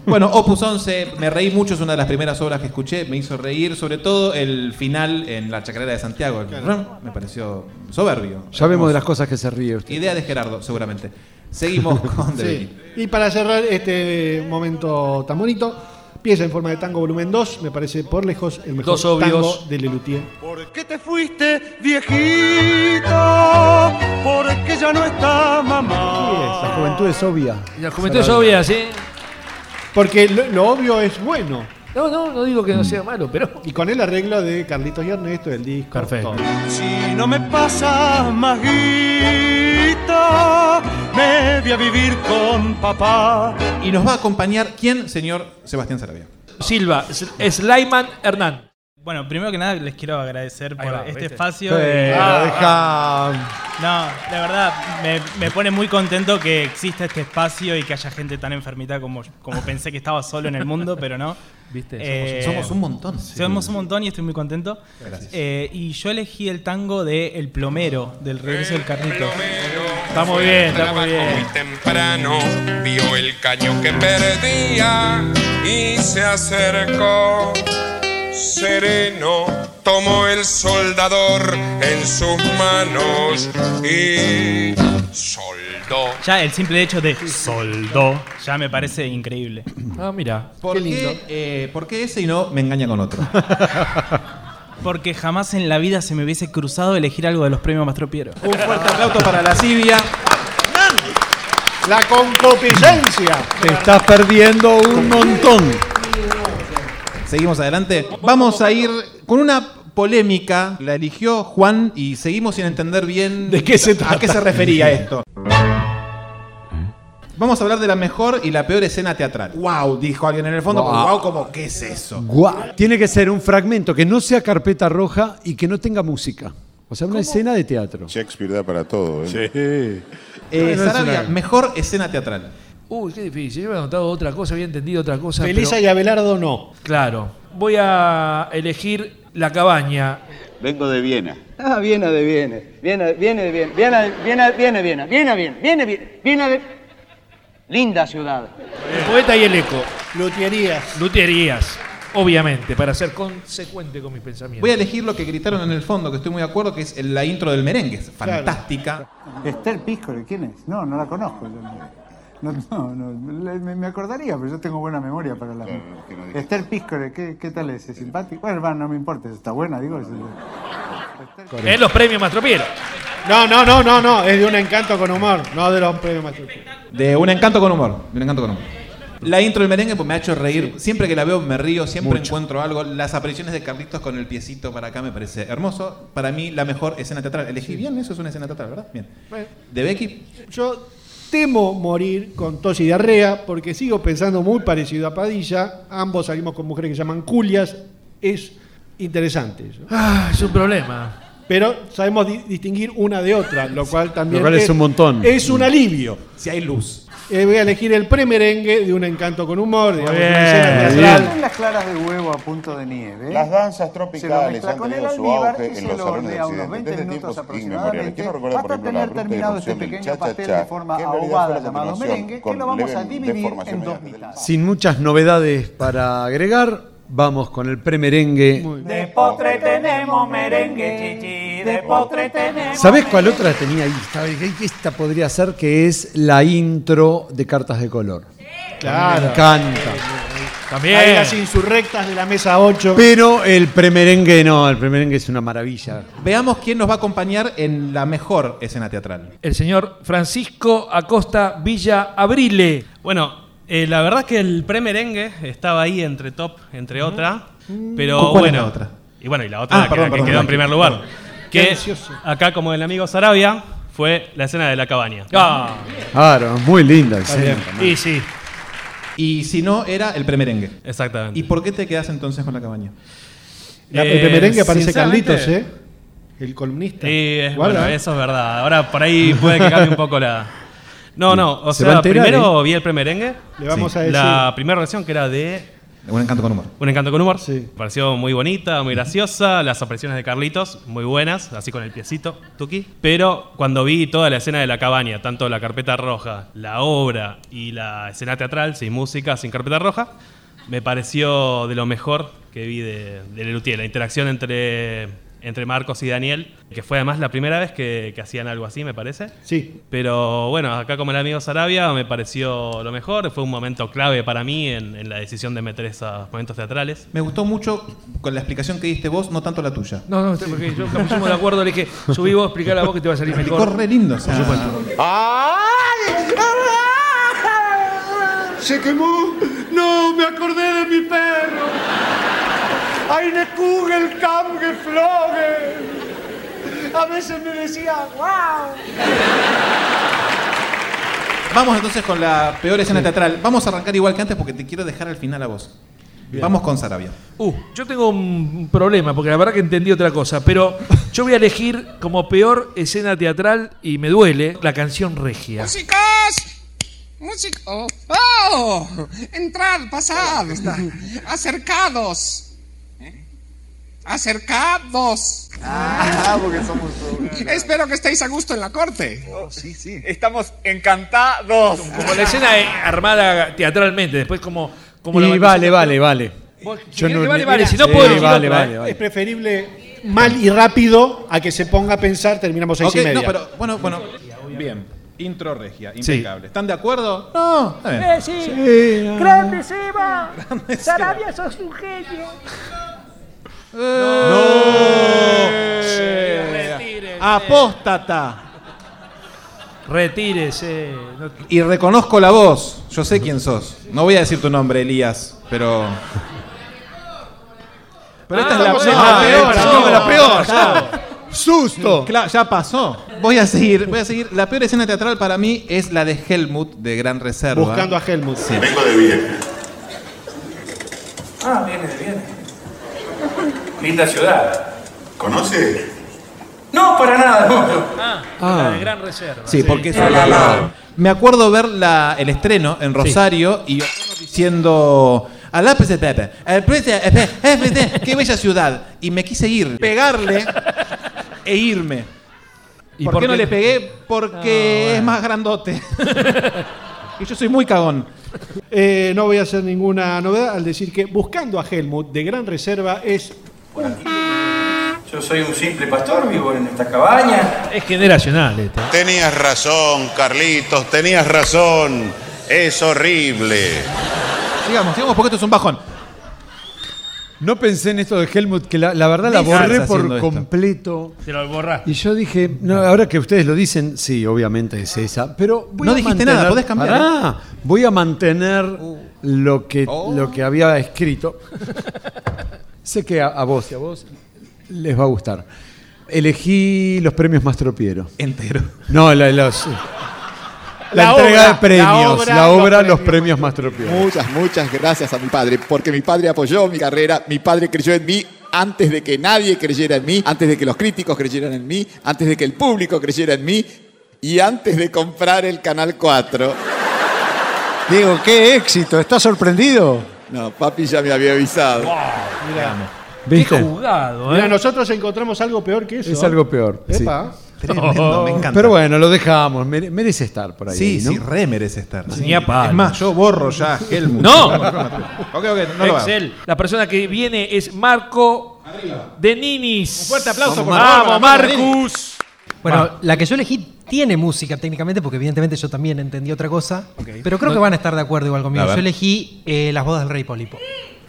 Bueno, Opus 11, me reí mucho, es una de las primeras obras que escuché, me hizo reír, sobre todo el final en La Chacarera de Santiago, el rum, me pareció soberbio. Ya vemos de las cosas que se ríe usted. Idea de Gerardo, seguramente. Seguimos con The Sí. Beatles. Y para cerrar este momento tan bonito, pieza en forma de tango volumen 2, me parece por lejos el mejor Dos obvios. tango de Lelutier. ¿Por qué te fuiste, viejito? Porque ya no está mamá. La juventud es obvia. La juventud es obvia, sí. Porque lo, lo obvio es bueno. Mm. No, no, no digo que no sea malo, pero. Y con el arreglo de Carlitos y Ernesto del disco. Perfecto. Si no me pasas más guita, me voy a vivir con papá. Y nos va a acompañar quién, señor Sebastián Sarabia. Silva, S- Slyman Hernán. Bueno, primero que nada les quiero agradecer por Ahí va, este ¿viste? Ah, espacio. Pero No, de verdad, me, me pone muy contento que exista este espacio y que haya gente tan enfermita como, como pensé que estaba solo en el mundo, pero no. Eh, Viste, somos- somos un montón. Somos un montón y estoy muy contento. Gracias. Eh, y yo elegí el tango de El Plomero, del regreso del Carnito. Está Fue muy bien, al está muy trabajo bien. Muy temprano vio el caño que perdía y se acercó. Sereno tomó el soldador en sus manos y soldó. Ya el simple hecho de soldó ya me parece increíble. Ah, mira. ¿Por qué, eh, ¿Por qué ese y no me engaña con otro? Porque jamás en la vida se me hubiese cruzado elegir algo de los premios Mastro Piero. Un fuerte aplauso para la Sibia. La concupiscencia. Te estás perdiendo un montón. Seguimos adelante. Vamos a ir con una polémica. La eligió Juan y seguimos sin entender bien ¿De qué se trata? a qué se refería esto. Vamos a hablar de la mejor y la peor escena teatral. Wow, dijo alguien en el fondo. Guau. Wow, como qué es eso. Guau. Tiene que ser un fragmento que no sea carpeta roja y que no tenga música. O sea, una escena de teatro. Shakespeare da para todo. ¿eh? Eh, No, no es Sarabia, una- mejor escena teatral. Uy, qué difícil. Yo había anotado otra cosa, había entendido otra cosa. Felisa pero- y Abelardo no. Claro. Voy a elegir La Cabaña. Vengo de Viena. Ah, Viena de Viena. Viena, Viena de Viena. Viena, de- Viena, Viena, Viena, Viena, Viena, Viena, Viena, Viena de... Linda ciudad. El poeta y el eco. Luterías. Luterías, obviamente, para ser consecuente con mis pensamientos. Voy a elegir lo que gritaron en el fondo, que estoy muy de acuerdo, que es el- la intro del merengue. Es Fantástica. Esther Piscoli, ¿quién es? No, no la conozco. yo no- No, no, no, le- me, me acordaría, pero yo tengo buena memoria para la... Esther Piscoli, ¿qué, qué tal es? ¿Es simpática? Bueno, va, no me importa, está buena, digo. es- Es los premios Mastropiero. No, no, no, no, no. Es de un encanto con humor, no de los premios Mastro Piero. De un encanto con humor. de un encanto con humor. La intro del merengue pues, me ha hecho reír. Siempre que la veo me río, siempre encuentro algo. Las apariciones de Carlitos con el piecito para acá me parece hermoso. Para mí, la mejor escena teatral. Elegí bien, eso es una escena teatral, ¿verdad? Bien. Bueno. De Becky. Yo temo morir con tos y diarrea porque sigo pensando muy parecido a Padilla. Ambos salimos con mujeres que se llaman culias. Es interesante eso. Ah, es un problema. pero sabemos di- distinguir una de otra, lo cual también cual es un montón. Es un alivio. Si hay luz. voy a elegir el premerengue de un encanto con humor, digamos, bien, una escena muy teatral. Son las claras de huevo a punto de ¿eh? nieve. Las danzas Se lo tropicales mezcla han con el tenido su almíbar auge y en se los lo salones de hornea unos Occidente 20 desde minutos tiempos inmemoriales. ¿Quién no aproximadamente recuerda, por hasta ejemplo, la tener abrupta terminado este irrupción del pequeño pastel cha-cha-cha, de forma que en realidad fue ahogada la llamado continuación merengue que con lo vamos a leve dividir deformación en dos mediante mitades. Sin muchas novedades para agregar, vamos con el premerengue. De postre tenemos merengue, chichi, de postre tenemos. ¿Sabés cuál otra tenía ahí? Estaba- dije, "Ay, Esta podría ser que es la intro de Cartas de Color. Claro. Me encanta. También. Hay las insurrectas de la mesa 8. Pero el premerengue no, el premerengue es una maravilla. Veamos quién nos va a acompañar en la mejor escena teatral. El señor Francisco Acosta Villa Abrile. Bueno, eh, la verdad es que el premerengue estaba ahí entre top, entre otra, Mm. pero ¿Cuál es bueno. la otra? Y bueno, y la otra Ah, la que, perdón, la que perdón, quedó en tranqui, primer lugar. perdón. Qué Que ansioso. acá, como el amigo Sarabia, fue la escena de la cabaña. Ah, Eh, Claro, muy linda. escena. Y sí. Y si no, era el premerengue. Exactamente. ¿Y por qué te quedas entonces con la cabaña? La- el premerengue aparece sinceramente- Carlitos, ¿eh? El columnista. Y es- Guarda, bueno, ¿eh? eso es verdad. Ahora por ahí puede que cambie un poco la. No, no. O Se va sea, a enterar, primero ¿eh? vi el premerengue. Le vamos a La decir. primera versión que era de ¿eh? Un encanto con humor. Un encanto con humor. Sí. Pareció muy bonita, muy graciosa. Las apariciones de Carlitos, muy buenas, así con el piecito, Tuki. Pero cuando vi toda la escena de la cabaña, tanto la carpeta roja, la obra y la escena teatral, sin música, sin carpeta roja, me pareció de lo mejor que vi de, de Lelutier. La interacción entre, entre Marcos y Daniel, que fue además la primera vez que, que hacían algo así, me parece. Sí. Pero bueno, acá como el amigo Sarabia me pareció lo mejor, fue un momento clave para mí en, en la decisión de meter esos momentos teatrales. Me gustó mucho con la explicación que diste vos, no tanto la tuya. No, no, porque yo nos pusimos de acuerdo, le dije, subí vos, explicá a vos que te va a salir mejor. Explicó re lindo, Ah. o sea. ¡Se quemó! ¡No! ¡Me acordé de mi perro! ¡Eine Kugel kam geflogen! A veces me decía, ¡wow! Vamos entonces con la peor escena teatral. Vamos a arrancar igual que antes porque te quiero dejar al final a vos. Vamos con Sarabia. Uh, yo tengo un problema, porque la verdad que entendí otra cosa, pero yo voy a elegir como peor escena teatral, y me duele, la canción regia. ¡Músicos! ¡Músicos! ¡Oh! ¡Oh! Entrar, pasar. Acercados. Acercados. Ah, porque somos Espero que estéis a gusto en la corte. sí, sí. Estamos encantados. Como la escena eh, armada teatralmente, después como... como la Y vale, vale, vale. Vos- Yo Miguel, no- que vale, vale, Mira, si no sí, puedo elegir vale, otra, vale, eh. vale. Es preferible mal y rápido a que se ponga a pensar, terminamos seis Ok, y media. no, pero bueno, bueno. Bien. Intro regia, Sí. impecable. ¿Están de acuerdo? No, está bien. Eh, sí. Sí. Grande Seba. Sarabia sos un genio. Ah, Apóstata. Retírese. no- Y reconozco la voz. Yo sé quién sos. No voy a decir tu nombre, Elías, pero. Pero esta estamos Ah, es la Ah, en peor, la peor, amigo, chavo. la peor. Chavo. chavo. Claro, ya pasó. Voy a seguir, voy a seguir. La peor escena teatral para mí es la de Helmut de Gran Reserva. Buscando a Helmut. Sí. Vengo de bien. Ah, viene, viene. Linda ciudad. ¿Conoce? No, para nada. Ah, La de Gran Reserva. Ah. Sí, porque me acuerdo ver la- el estreno en Rosario y Otono diciendo a lápiz de Pepe, al príncipe de Pepe, eh, príncipe, qué bella ciudad. Y me quise ir, pegarle e irme. ¿Por, por qué, Ah, no qué? le pegué? Porque es más grandote. y yo soy muy cagón. Eh, no voy a hacer ninguna novedad al decir que Buscando a Helmut de Gran Reserva es Yo soy un simple pastor, vivo en esta cabaña. Es generacional este. Tenías razón, Carlitos, tenías razón. Es horrible. Eh, Sigamos, sigamos porque esto es un bajón. No pensé en esto de Helmut, que la, la verdad la Dejas borré haciendo por esto. completo. Se lo borraste. Y yo dije, no, ahora que ustedes lo dicen, sí, obviamente es esa. Pero voy No a dijiste mantener- nada, podés cambiar, Pará, voy a mantener lo, que, lo que había escrito. sé que a, a vos y a vos les va a gustar. Elegí los premios Mastropiero. Entero. No, la, los- la La entrega obra, de premios. La la obra, obra, los premios Mastropiero. Muchas, muchas gracias a mi padre, porque mi padre apoyó mi carrera, mi padre creyó en mí antes de que nadie creyera en mí, antes de que los críticos creyeran en mí, antes de que el público creyera en mí y antes de comprar el Canal 4. Diego, qué éxito. ¿Estás sorprendido? No, papi ya me había avisado. ¿Viste? jugado, Mira, nosotros encontramos algo peor que eso. ¿eh? Es algo peor. sí. Epa. Tremendo, Oh. me encanta. Pero bueno, lo dejamos. mere- merece estar por ahí. Sí, ¿no? sí, re merece estar. Sí. Ni a palo. Es más, yo borro ya Helmut. No. ok, ok, no lo hagas. Excel. La persona que viene es Marco de Ninis. Un fuerte aplauso, por Vamos, favor, Marcus. Marco Bueno, la que yo elegí tiene música técnicamente, porque evidentemente yo también entendí otra cosa. Pero creo No- que van a estar de acuerdo igual conmigo. A ver. Yo elegí eh, Las bodas del rey Pólipo.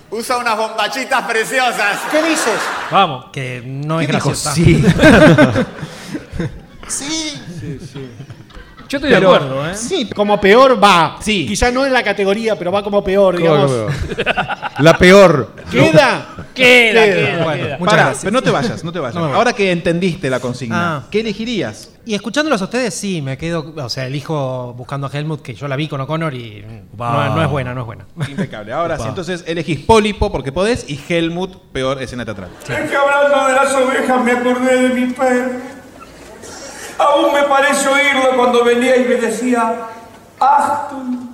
Usa unas bombachitas preciosas. ¿Qué dices? Vamos. Que no es ¿Qué dijo? graciosa. Sí. Sí. Yo estoy de acuerdo, ¿eh? Sí, como peor va. Sí. Quizá no en la categoría, pero va como peor, Como digamos. La peor. ¿Queda? Queda, queda, Bueno, queda. muchas Pará, gracias. pero no te vayas, no te vayas. No me voy. Ahora que entendiste la consigna, Ah. ¿qué elegirías? Y escuchándolos a ustedes, sí, me quedo. O sea, elijo buscando a Helmut, que yo la vi con O'Connor y. mm, No, no es buena, no es buena. Impecable. Ahora Opa. sí, entonces elegís Pólipo porque podés y Helmut, peor escena teatral. Es que hablando de las ovejas me acordé de mi perro. Aún me parece oírlo cuando venía y me decía, Achtung,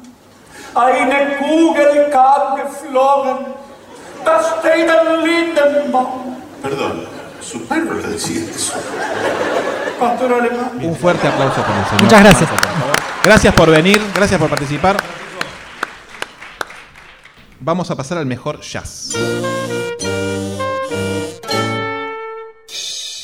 eine Kugel kam geflogen, das Teiden Lindenbaum. Perdón, su perro le decía eso. Pastor alemán. Un fuerte aplauso para el señor. Muchas gracias. Marco, por favor. Gracias por venir, gracias por participar. Vamos a pasar al mejor jazz.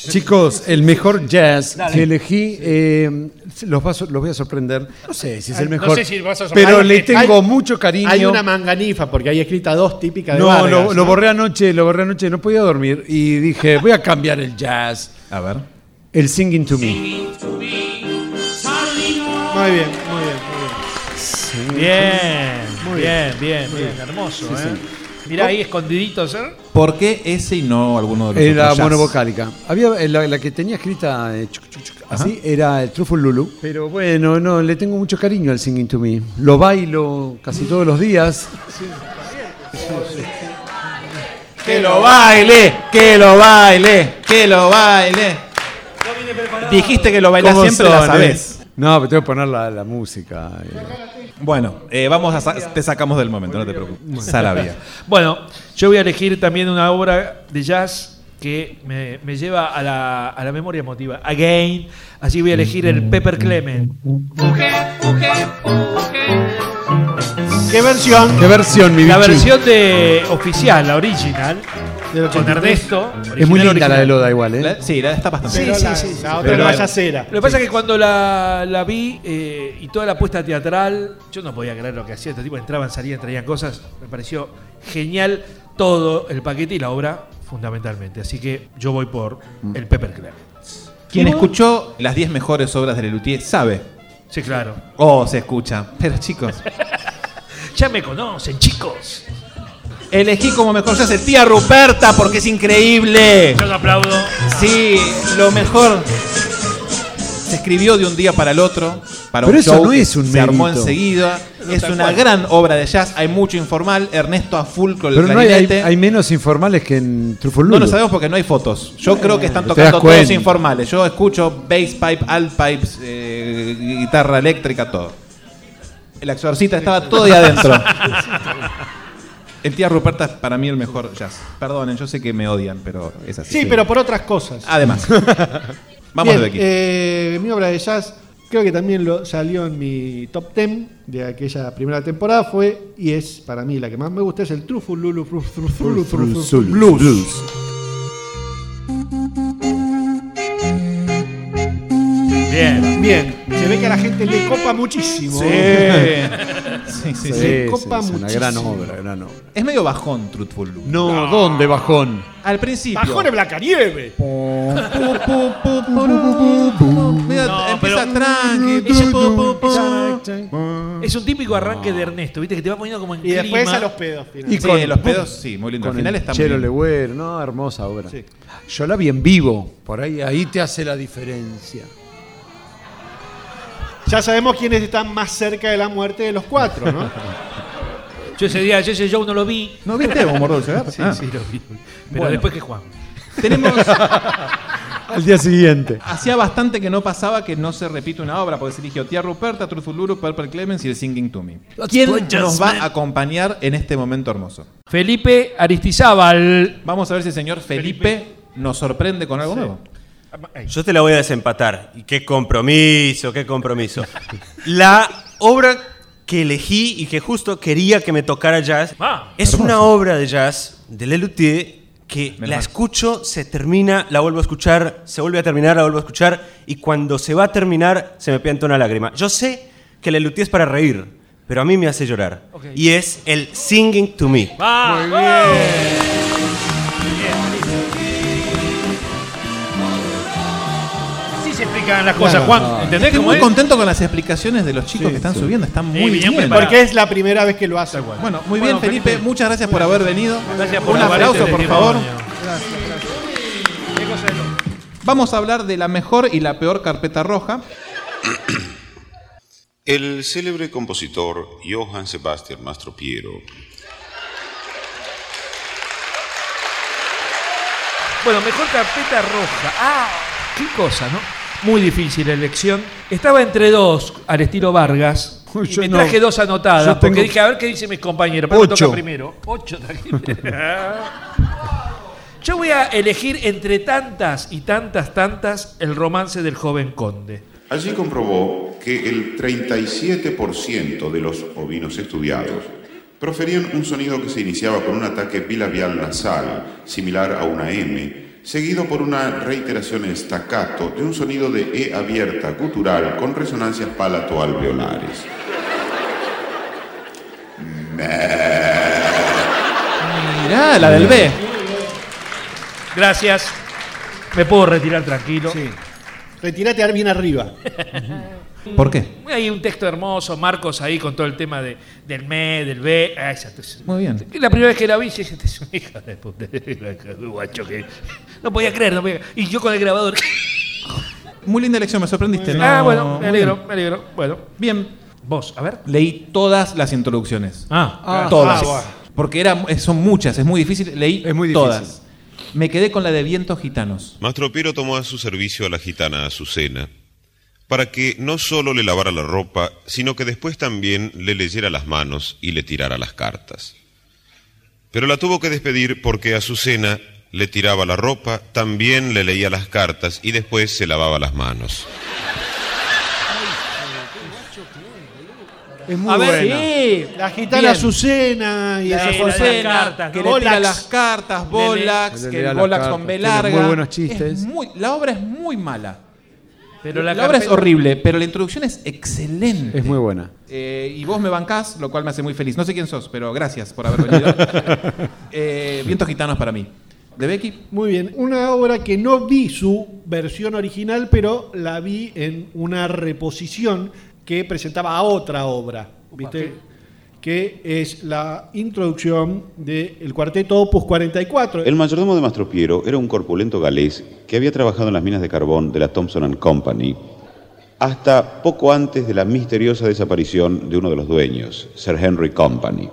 Chicos, el mejor jazz Dale. que elegí, eh, los, va a sor- los voy a sorprender. No sé si es Ay, el no mejor. sé si vas a sorprender. pero Hay- le tengo hay- mucho cariño. Hay una manganifa, porque hay escrita dos típicas de no, Vargas, lo, lo borré anoche, lo borré anoche, no podía dormir. Y dije, voy a cambiar el jazz. A ver. El Singing to Me. Muy bien, muy bien, muy bien. Bien, Muy bien, bien, muy bien, hermoso, Sí, ¿eh? sí. Mirá ahí escondiditos, ¿eh? ¿Por qué ese y no alguno de los Era otros jazz? Eh, monovocálica. Había eh, la, la que tenía escrita eh, chuc, chuc, chuc, así, era el Truffle Lulu. Pero bueno, no, le tengo mucho cariño al Singing to Me. Lo bailo casi todos los días. Que lo baile, que lo baile, que lo baile. Dijiste que lo bailás ¿Cómo siempre, la son, eh? sabés. No, pero tengo que poner la, la música. Bueno, eh, vamos a sa- te sacamos del momento, no te preocupes. Sarabia. Bueno, yo voy a elegir también una obra de jazz que me, me lleva a la, a la memoria emotiva. Again, así voy a elegir el Pepper Clement. ¿Qué versión? ¿Qué versión, mi La bichi? versión de oficial, la original, con Ernesto. Es muy Original, linda la de original. Loda igual, ¿eh? sí, la está bastante Sí, Pero sí, la- sí, sí, la sí. otra Pero más bueno. yacera. Lo que pasa es que cuando la, la vi eh, y toda la puesta teatral, yo no podía creer lo que hacía. Este tipo entraban, salían, traían cosas. Me pareció genial todo el paquete y la obra fundamentalmente. Así que yo voy por el Pepper Clan. Quien escuchó las 10 mejores obras de Lelutier sabe. Sí, claro. Oh, se escucha. Pero chicos, Ya me conocen, chicos. elegí como mejor jazz el tía Ruperta porque es increíble. Yo lo aplaudo. Sí, lo mejor. Se escribió de un día para el otro. Para Pero un eso show no que es un Se armó mérito. enseguida. No, es tal una cual. gran obra de jazz. Hay mucho informal. Ernesto a full con el Pero no hay, hay, clarinete. hay menos informales que en Trufolulo. No lo sabemos porque no hay fotos. Yo creo que están Te das tocando todos cuenta. informales. Yo escucho bass pipe, alt pipes, eh, guitarra eléctrica, todo. El exorcista estaba todo ahí adentro. El tía Ruperta es para mí el mejor jazz. Perdonen, yo sé que me odian, pero es así. Sí, pero por otras cosas. Además. Vamos Bien, de aquí. eh, mi obra de jazz, creo que también lo, salió en mi top 10 de aquella primera temporada, fue, y es para mí la que más me gusta, es el Trufu Lulu Fru- Fru- Fru- Fru- Fru- Fru- Blues. Bien. Bien, se ve que a la gente le copa muchísimo. Sí. ¿eh? Sí, sí, sí. Le Sí, copa sí, es una muchísimo. gran obra, gran obra. Es medio bajón, Truthful Loop. No, ¿dónde bajón? Al principio. Bajón es Blacanieve. empieza tranqui. Es un típico arranque de Ernesto, viste, que te va poniendo como en Y después clima. a los pedos, Y Sí, los pedos, sí, muy lindo. Con Al final el está muy Chelo bien. Legüero, no, hermosa obra. Yo la vi en vivo, por ahí, ahí te hace la diferencia. Ya sabemos quiénes están más cerca de la muerte de los cuatro, ¿no? Yo ese día, yo ese show no lo vi. ¿No viste cómo mordió el cigarro? Sí, Ah. sí, lo vi. Pero Bueno. después que Juan. Tenemos. Al día siguiente. Hacía bastante que no pasaba que no se repite una obra, porque se eligió Tía Ruperta, Truthful Lulu, Purple Clemens y The Singing to Me. ¿Quién nos va a acompañar en este momento hermoso? Felipe Aristizábal. Vamos a ver si el señor Felipe, nos sorprende con algo nuevo. Yo te la voy a desempatar. Y qué compromiso, qué compromiso. La obra que elegí y que justo quería que me tocara jazz Ah, es hermoso. una obra de jazz de Lelutier que la escucho, se termina, la vuelvo a escuchar, se vuelve a terminar, la vuelvo a escuchar y cuando se va a terminar se me pianta una lágrima. Yo sé que Lelutier es para reír, pero a mí me hace llorar. Y es el Singing to Me. ¡Va! Muy Sí se explican las cosas, Claro. Juan. ¿Entendés Estoy cómo muy es? contento con las explicaciones de los chicos que están subiendo, están muy bien. Porque es la primera vez que lo hace. Bueno, muy bien, Felipe, muchas gracias por haber venido. Gracias por Un haber aplauso, este por favor. testimonio. Gracias, gracias. Vamos a hablar de la mejor y la peor carpeta roja. El célebre compositor Johann Sebastian Mastropiero Bueno, mejor carpeta roja. Ah, qué cosa, ¿no? Muy difícil la elección. Estaba entre dos, al estilo Vargas. Uy, y yo me traje no. dos anotadas, Yo porque tengo- dije, a ver qué dice mis compañeros. Pero me toca Ocho. primero. Ocho traje. Yo voy a elegir entre tantas y tantas, tantas, el romance del joven conde. Allí comprobó que el 37% de los ovinos estudiados proferían un sonido que se iniciaba con un ataque bilabial nasal, similar a una M, seguido por una reiteración en staccato de un sonido de E abierta gutural con resonancias palato-alveolares. Ah, Mirá, la del B. Gracias. Me puedo retirar tranquilo. Retírate bien arriba. ¿Por qué? Hay un texto hermoso, Marcos, ahí con todo el tema de, del ME, del B. Ah, exacto. Muy bien. La primera vez que la vi, dije, este es un hijo de puta. Guacho que... No podía creer, no podía- Y yo con el grabador. Muy linda elección, me sorprendiste. ¿no? ah, bueno, Muy me alegro, bien. me alegro. Bueno. Bien. Vos, a ver. Leí todas las introducciones. Ah. Ah, todas. ah, bueno. Porque era, eh, son muchas, es muy difícil. Leí todas. Me quedé con la de Vientos Gitanos. Mastropiero tomó a su servicio a la gitana Azucena para que no solo le lavara la ropa, sino que después también le leyera las manos y le tirara las cartas. Pero la tuvo que despedir porque Azucena le tiraba la ropa, también le leía las cartas y después se lavaba las manos. Es muy A ver, buena. sí. La gitana Bien. Azucena y La esas de las cartas, que ¿no? le tira Bolax. las cartas, Bolax, Le que lea el las Bolax cartas, con B tiene larga. muy buenos chistes. Es muy- la obra es muy mala. Pero la, la obra es carpeta- horrible, pero la introducción es excelente. Es muy buena. Eh, y vos me bancás, lo cual me hace muy feliz. No sé quién sos, pero gracias por haber venido. Eh, Vientos gitanos para mí. ¿De Becky? Muy bien, una obra que no vi su versión original, pero la vi en una reposición que presentaba a otra obra, ¿viste? Que es la introducción del cuarteto Opus 44. El mayordomo de Mastropiero era un corpulento galés que había trabajado en las minas de carbón de la Thompson and Company hasta poco antes de la misteriosa desaparición de uno de los dueños, Sir Henry Company.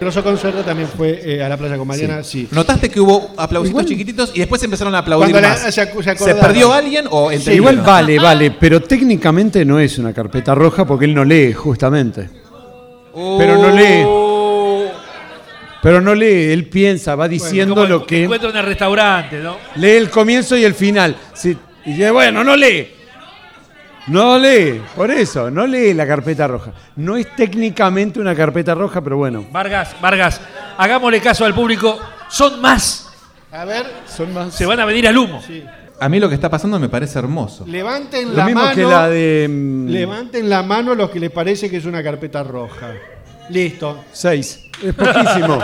Grosso Concerto también fue eh, a la playa con Mariana, sí. Notaste que hubo aplausitos Igual- chiquititos y después empezaron a aplaudir Cuando la- más. se acu- se acordaron. perdió alguien o entendieron? Igual vale, vale, pero técnicamente no es una carpeta roja porque él no lee, justamente. Oh, Pero no lee. Pero no lee, él piensa, va diciendo Como lo que. Encuentro en el restaurante, ¿no? Lee el comienzo y el final. Sí, y dice, bueno, no lee. No lee, por eso, no lee la carpeta roja. No es técnicamente una carpeta roja, pero bueno. Vargas, Vargas, hagámosle caso al público. Son más. A ver, Son más. Se van a venir al humo. A mí lo que está pasando me parece hermoso. levanten la mano. de. mm, Levanten la mano los que les parece que es una carpeta roja. Listo. Seis. Es poquísimo.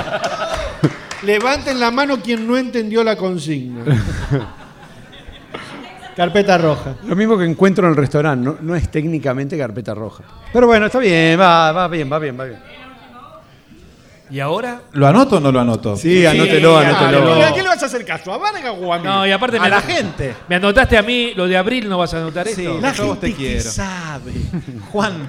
Levanten la mano quien no entendió la consigna. Carpeta roja. Lo mismo que encuentro en el restaurante, no, no es técnicamente carpeta roja. Pero bueno, está bien, va, va bien, va bien, va bien. ¿Y ahora? ¿Lo anoto o no lo anoto? Sí, anótelo, anótelo. ¿A qué le vas a hacer caso? ¿A Vargas o a mí? No, y aparte a me la anotaste- gente. Me anotaste a mí lo de abril, ¿no vas a anotar Sí, esto? la gente que sabe. Juan,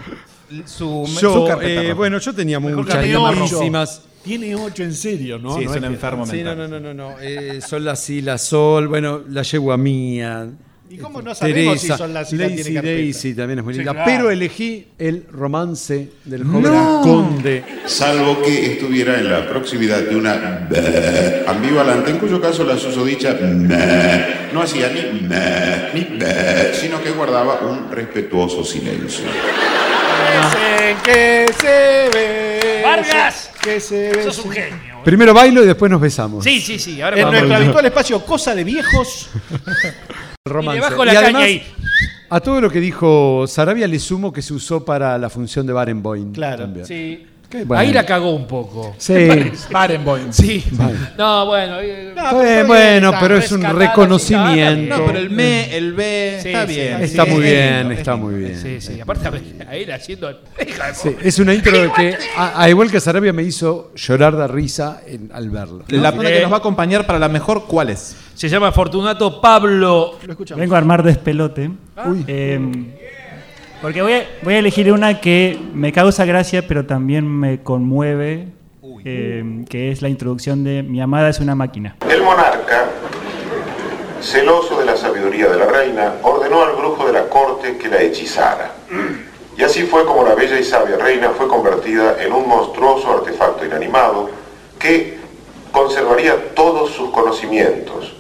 su, su Yo, carpeta eh, roja. bueno, yo tenía muchas Tiene buenísimas. ocho. Tiene ocho en serio, ¿no? Sí, No es un que- enfermo Sí, mental. no, no, no, no, no. Eh, son las Sila Sol, bueno, la yegua mía. ¿Y cómo no sabemos Teresa, si son las si la Lazy tiene carpeta? Daisy también es muy Sí, linda. claro. Pero elegí el romance del joven No. conde. Salvo que estuviera en la proximidad de una ambivalente, en cuyo caso la susodicha no hacía ni ni sino que guardaba un respetuoso silencio. Dicen que se ve. ¡Vargas! Que se ve. Sos un genio. Primero bailo y después nos besamos. Sí, sí, sí. Ahora En vamos. nuestro habitual espacio, cosa de viejos. El romance. Y debajo la además, caña ahí. A todo lo que dijo Sarabia le sumo que se usó para la función de Barenboim. Claro, también. sí. Qué bueno. Ahí la cagó un poco. Sí. Barenboim. Sí. Vale. No, bueno. eh, Está bien, bueno, pero es un reconocimiento. No, pero el me, el B, Sí, está sí, bien. sí, Está sí, muy es bien, lindo, está es muy lindo. bien. Sí, sí. Aparte, a ver, haciendo. hija de Sí, puta. es una intro de que, a, a igual que Sarabia, me hizo llorar de risa en- al verla. La eh, persona que nos va a acompañar para la mejor, ¿cuál es? Se llama Fortunato Pablo. Vengo a armar despelote. Ah. Eh, porque voy a, voy a elegir una que me causa gracia, pero también me conmueve, eh, que es la introducción de Mi amada es una máquina. El monarca, celoso de la sabiduría de la reina, ordenó al brujo de la corte que la hechizara. Y así fue como la bella y sabia reina fue convertida en un monstruoso artefacto inanimado que conservaría todos sus conocimientos,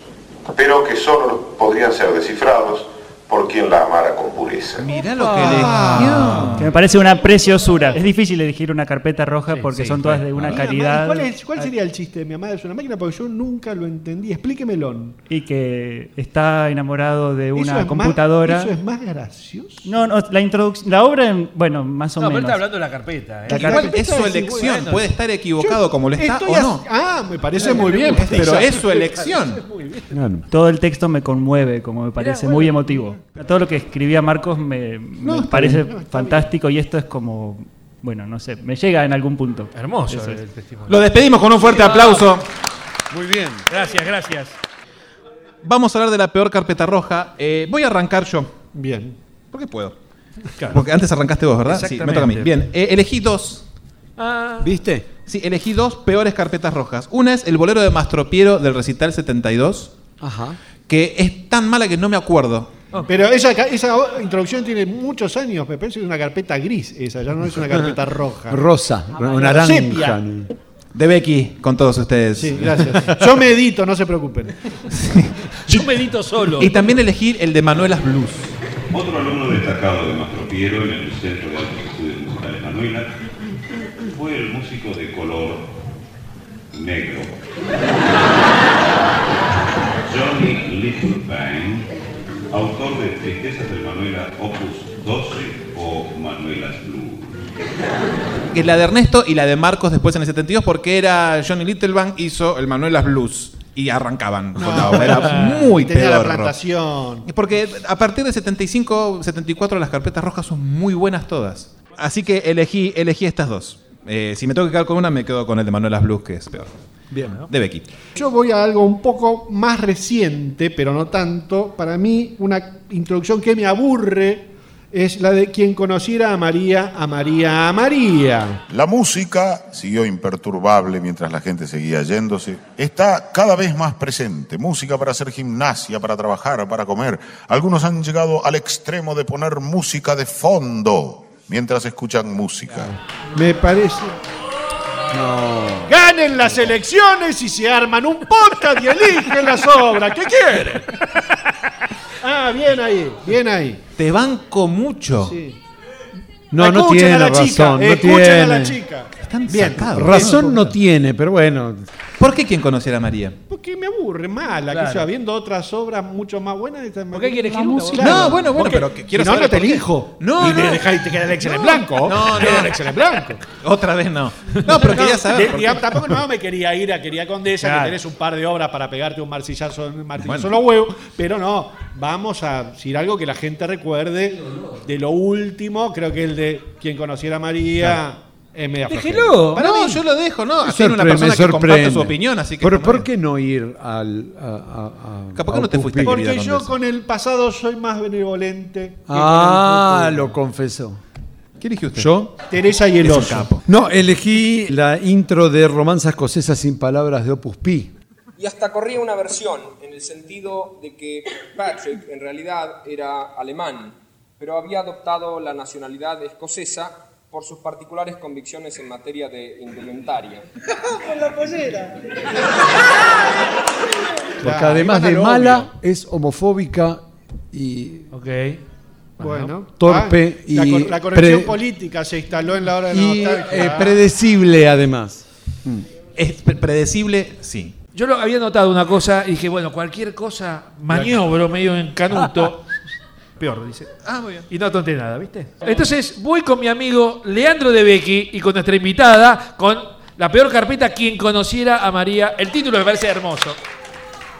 pero que solo podrían ser descifrados por quien la amara con pureza. Mirá lo que Ah. Ah. eligió. Que me parece una preciosura. Es difícil elegir una carpeta roja porque son todas de una Mi mamá, calidad. Ah. ¿Cuál, es- cuál sería el chiste de mi amada es una máquina? Porque yo nunca lo entendí. Explíquemelo. Y que está enamorado de Eso es una más- computadora. eso es más gracioso. No, no, la introducción, la obra, en- bueno, más o No, pero menos. está hablando de la carpeta. ¿eh? La Igual carpeta es su es elección, igual. puede estar equivocado Yo como lo está estoy o as- no. Ah, me parece muy bien. Pero es su elección. Todo el texto me conmueve, como me parece, muy emotivo. Todo lo que escribía Marcos me, me No, está parece bien, no, está fantástico y esto es como, bueno, no sé, me llega en algún punto. Hermoso Eso es. el testimonio. Lo despedimos con un fuerte Sí, va. aplauso. Muy bien. Gracias, gracias. Vamos a hablar de la peor carpeta roja. Eh, voy a arrancar yo. Bien. ¿Por qué puedo? Porque antes arrancaste vos, ¿verdad? Sí, me toca a mí. Exactamente. Bien, eh, elegí dos. ¿Viste? Sí, elegí dos peores carpetas rojas. Una es el bolero de Mastropiero del recital 72, Ajá. que es tan mala que no me acuerdo. Oh. Pero esa, ca- esa introducción tiene muchos años. Me parece que es una carpeta gris esa. Ya no es una carpeta roja. Rosa, Amarillo. naranja. Sepia. Ah, De Becky, con todos ustedes. Sí, gracias. Yo me edito, no se preocupen. Yo medito solo. Y también elegí el de Manuelas Blues. Otro alumno destacado de Mastro Piero en el Centro de Altos Estudios Musicales Manuela fue el músico de color negro Johnny Littlebaum, autor de Tristezas del Manuela Opus 12 o Manuelas Blue. Que es la de Ernesto y la de Marcos después en el 72, porque era Johnny Littlebank hizo el Manuelas Blues. Y arrancaban con la obra. Era muy Ah. Tenía la pedorro. plantación. Porque a partir de 75, 74 las carpetas rojas son muy buenas todas. Así que elegí, elegí estas dos. Eh, si me tengo que quedar con una, me quedo con el de Manuelas Blues, que es peor. Bien. De Becky. Yo voy a algo un poco más reciente, pero no tanto. Para mí, una introducción que me aburre es la de quien conociera a María, a María, a María. La música siguió imperturbable mientras la gente seguía yéndose. Está cada vez más presente. Música para hacer gimnasia, para trabajar, para comer. Algunos han llegado al extremo de poner música de fondo mientras escuchan música. Me parece. Ganen las elecciones y se arman un podcast y eligen las obras. ¿Qué quieren? Ah, bien ahí, bien ahí. Te banco mucho. No, no Escuchen tiene a la razón. chica, no escuchen tiene. a la chica. Están bien. sacados. ¿eh? Razón no tiene, pero bueno. ¿Por qué quien conociera a María? Porque me aburre mala, Claro. que yo habiendo otras obras mucho más buenas. ¿Por qué quieres elegir una, vos? No, No, bueno, bueno, pero que quiero no, saber no te por qué. elijo. No, Y me no. dejáis te queda el Excel en blanco. No, no. Queda el Excel en blanco. Otra vez no. No, pero quería saber. de- por digamos, qué. tampoco no me quería ir a quería Condesa, Claro. que tenés un par de obras para pegarte un martillazo, un martillazo Bueno. en los huevos, pero no, vamos a decir algo que la gente recuerde de lo último, creo que el de quien conociera a María. Es media eh, flojera. Déjelo. Para no, mí- yo lo dejo, ¿no? Me Así era una sorprende, persona me que comparte sorprende. su opinión, así que. ¿Por, como- por qué no ir al. A, a- a- Capaz que a no te fuiste, Ocupir? Porque yo con el pasado soy más benevolente. que Ah, con el futuro. lo confesó. ¿Qué eligió usted? ¿Yo? Teresa y el Es un oso. capo. No, elegí la intro de Romanza Escocesa sin palabras de Opus Pi. Y hasta corría una versión, en el sentido de que Patrick en realidad era alemán, pero había adoptado la nacionalidad escocesa por sus particulares convicciones en materia de indumentaria. Con la pollera. Porque además de Ivana Lobio. mala, es homofóbica y Ok. Bueno. Torpe Ah, la y cor- La, corrección pre- política se instaló en la hora de la y nostalgia. eh, predecible además. Mm. ¿Es predecible? Sí. Yo lo había notado una cosa y dije, bueno, cualquier cosa maniobro medio en canuto. Peor, dice. Ah, muy bien. Y no tonté nada, ¿viste? Entonces voy con mi amigo Leandro De Becky y con nuestra invitada, con la peor carpeta, quien conociera a María. El título me parece hermoso.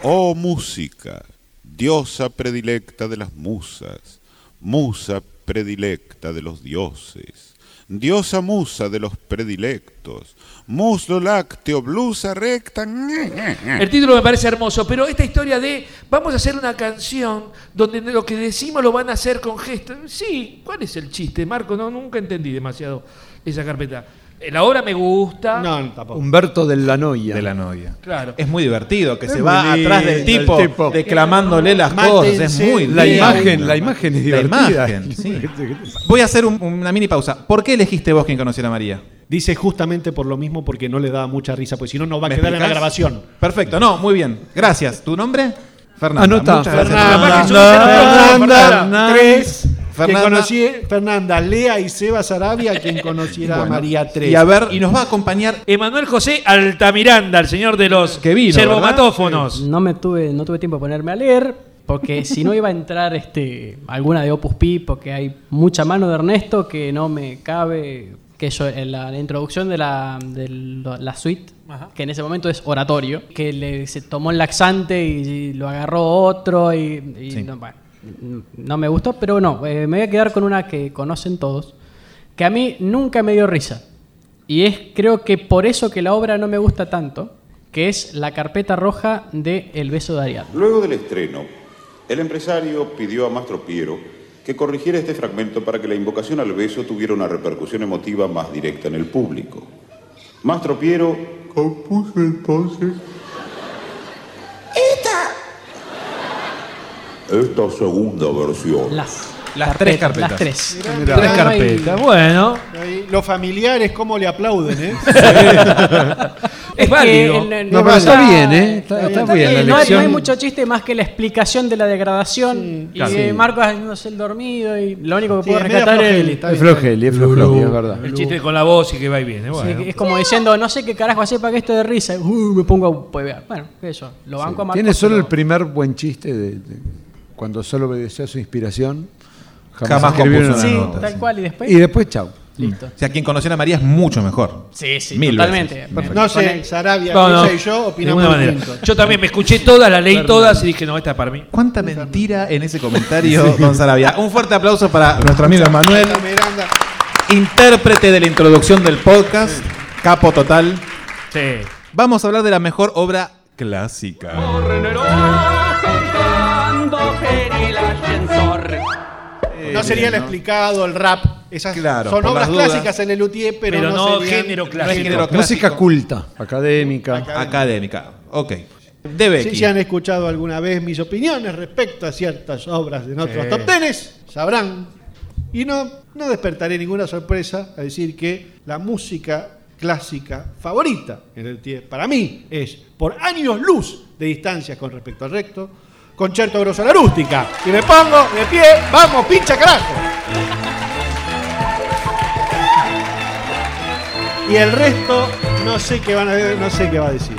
Oh música, diosa predilecta de las musas, musa predilecta de los dioses, diosa musa de los predilectos, muslo lácteo, blusa recta. Eh. El título me parece hermoso, pero esta historia de vamos a hacer una canción donde lo que decimos lo van a hacer con gestos. Sí, ¿cuál es el chiste, Marco? No, nunca entendí demasiado esa carpeta. Eh, La obra me gusta. No, tampoco. Humberto de la Noia. De la Noia. Claro. Es muy divertido que Es se muy va lindo atrás del el tipo, tipo. declamándole las Mándense cosas. Es muy la lindo. imagen, la imagen es La divertida. imagen, sí. Voy a hacer un- una mini pausa. ¿Por qué elegiste vos quien conociera a María? Dice justamente por lo mismo porque no le daba mucha risa, pues si no, no va a quedar en la explicás? grabación. Perfecto, no, muy bien. Gracias. ¿Tu nombre? Fernanda. Anota. Muchas gracias. Fernanda. Capaz que yo Fernanda, hubiese notado, Fernanda, Fernanda. tres. Fernanda. Que conocí Fernanda, Lea y Seba Sarabia, quien conociera a Bueno, María Tres. y a ver- y nos va a acompañar Emanuel José Altamiranda, el señor de los que vino, yerbomatófonos. No me tuve, no tuve tiempo de ponerme a leer, porque si no iba a entrar este, alguna de Opus Pi, porque hay mucha mano de Ernesto que no me cabe. Que yo, en la, la introducción de la, de la la suite, que en ese momento es oratorio, que le, se tomó el laxante y, y lo agarró otro, y, y Sí. no, bueno, n- no me gustó, pero no, eh, me voy a quedar con una que conocen todos, que a mí nunca me dio risa. Y es creo que por eso que la obra no me gusta tanto, que es la carpeta roja de El beso de Ariadna. Luego del estreno, el empresario pidió a Mastro Piero que corrigiera este fragmento para que la invocación al beso tuviera una repercusión emotiva más directa en el público. Mastro Piero compuso entonces esta segunda versión. Las, Las tres carpetas. Las tres. Mirá. Tres carpetas, bueno. Los familiares, ¿cómo le aplauden, eh? Es válido. que en- en- No, pero está bien, ¿eh? Está, está bien la Eh, no, hay, no hay elección. mucho chiste más que la explicación de la degradación y claro. de Sí. Marcos haciéndose el dormido y lo único que Sí, puedo es medio rescatar es flojeli, el, está Es flojeli, es flojeli, es verdad. El chiste con la voz y que va y viene. Bueno. Sí, es como diciendo, no sé qué carajo hacer para que esto de risa. y, "Uh, me pongo a puebear. Bueno, qué sé yo. Lo banco a Marcos. Tiene solo pero- el primer buen chiste de, de- cuando solo obedeció a su inspiración. Jamás escribió compuso una Sí, nota, tal sí. cual. Y después. Y después, chau. Listo. O sea, quien conociera a María es mucho mejor. Sí, sí, Mil totalmente. veces. Me- Perfecto. No sé, Con él. Sarabia, No, no, Luisa y yo de ninguna opinamos manera. distinto. Yo también me escuché todas, la leí todas y dije, no, esta es para mí. ¿Cuánta mentira en ese comentario, Don Sarabia? Un fuerte aplauso para nuestro amigo Manuel, Miranda. intérprete de la introducción del podcast, capo total. Sí. Vamos a hablar de la mejor obra clásica. Eh, Eh, No sería el explicado, el rap. Esas Claro, son por obras las dudas. clásicas en el UTIE, pero, Pero no, no serían- género no clásico. es género Género Música clásico. culta, académica. Académica. Ok. De Becky. Si ya han escuchado alguna vez mis opiniones respecto a ciertas obras de nuestros Sí. top tenes, sabrán. Y no, no despertaré ninguna sorpresa a decir que la música clásica favorita en el TIE para mí es por años luz de distancia con respecto al recto, concierto grosso a la rústica. Y me pongo de pie, vamos, pincha carajo. Y el resto no sé qué van a ver, no sé qué va a decir.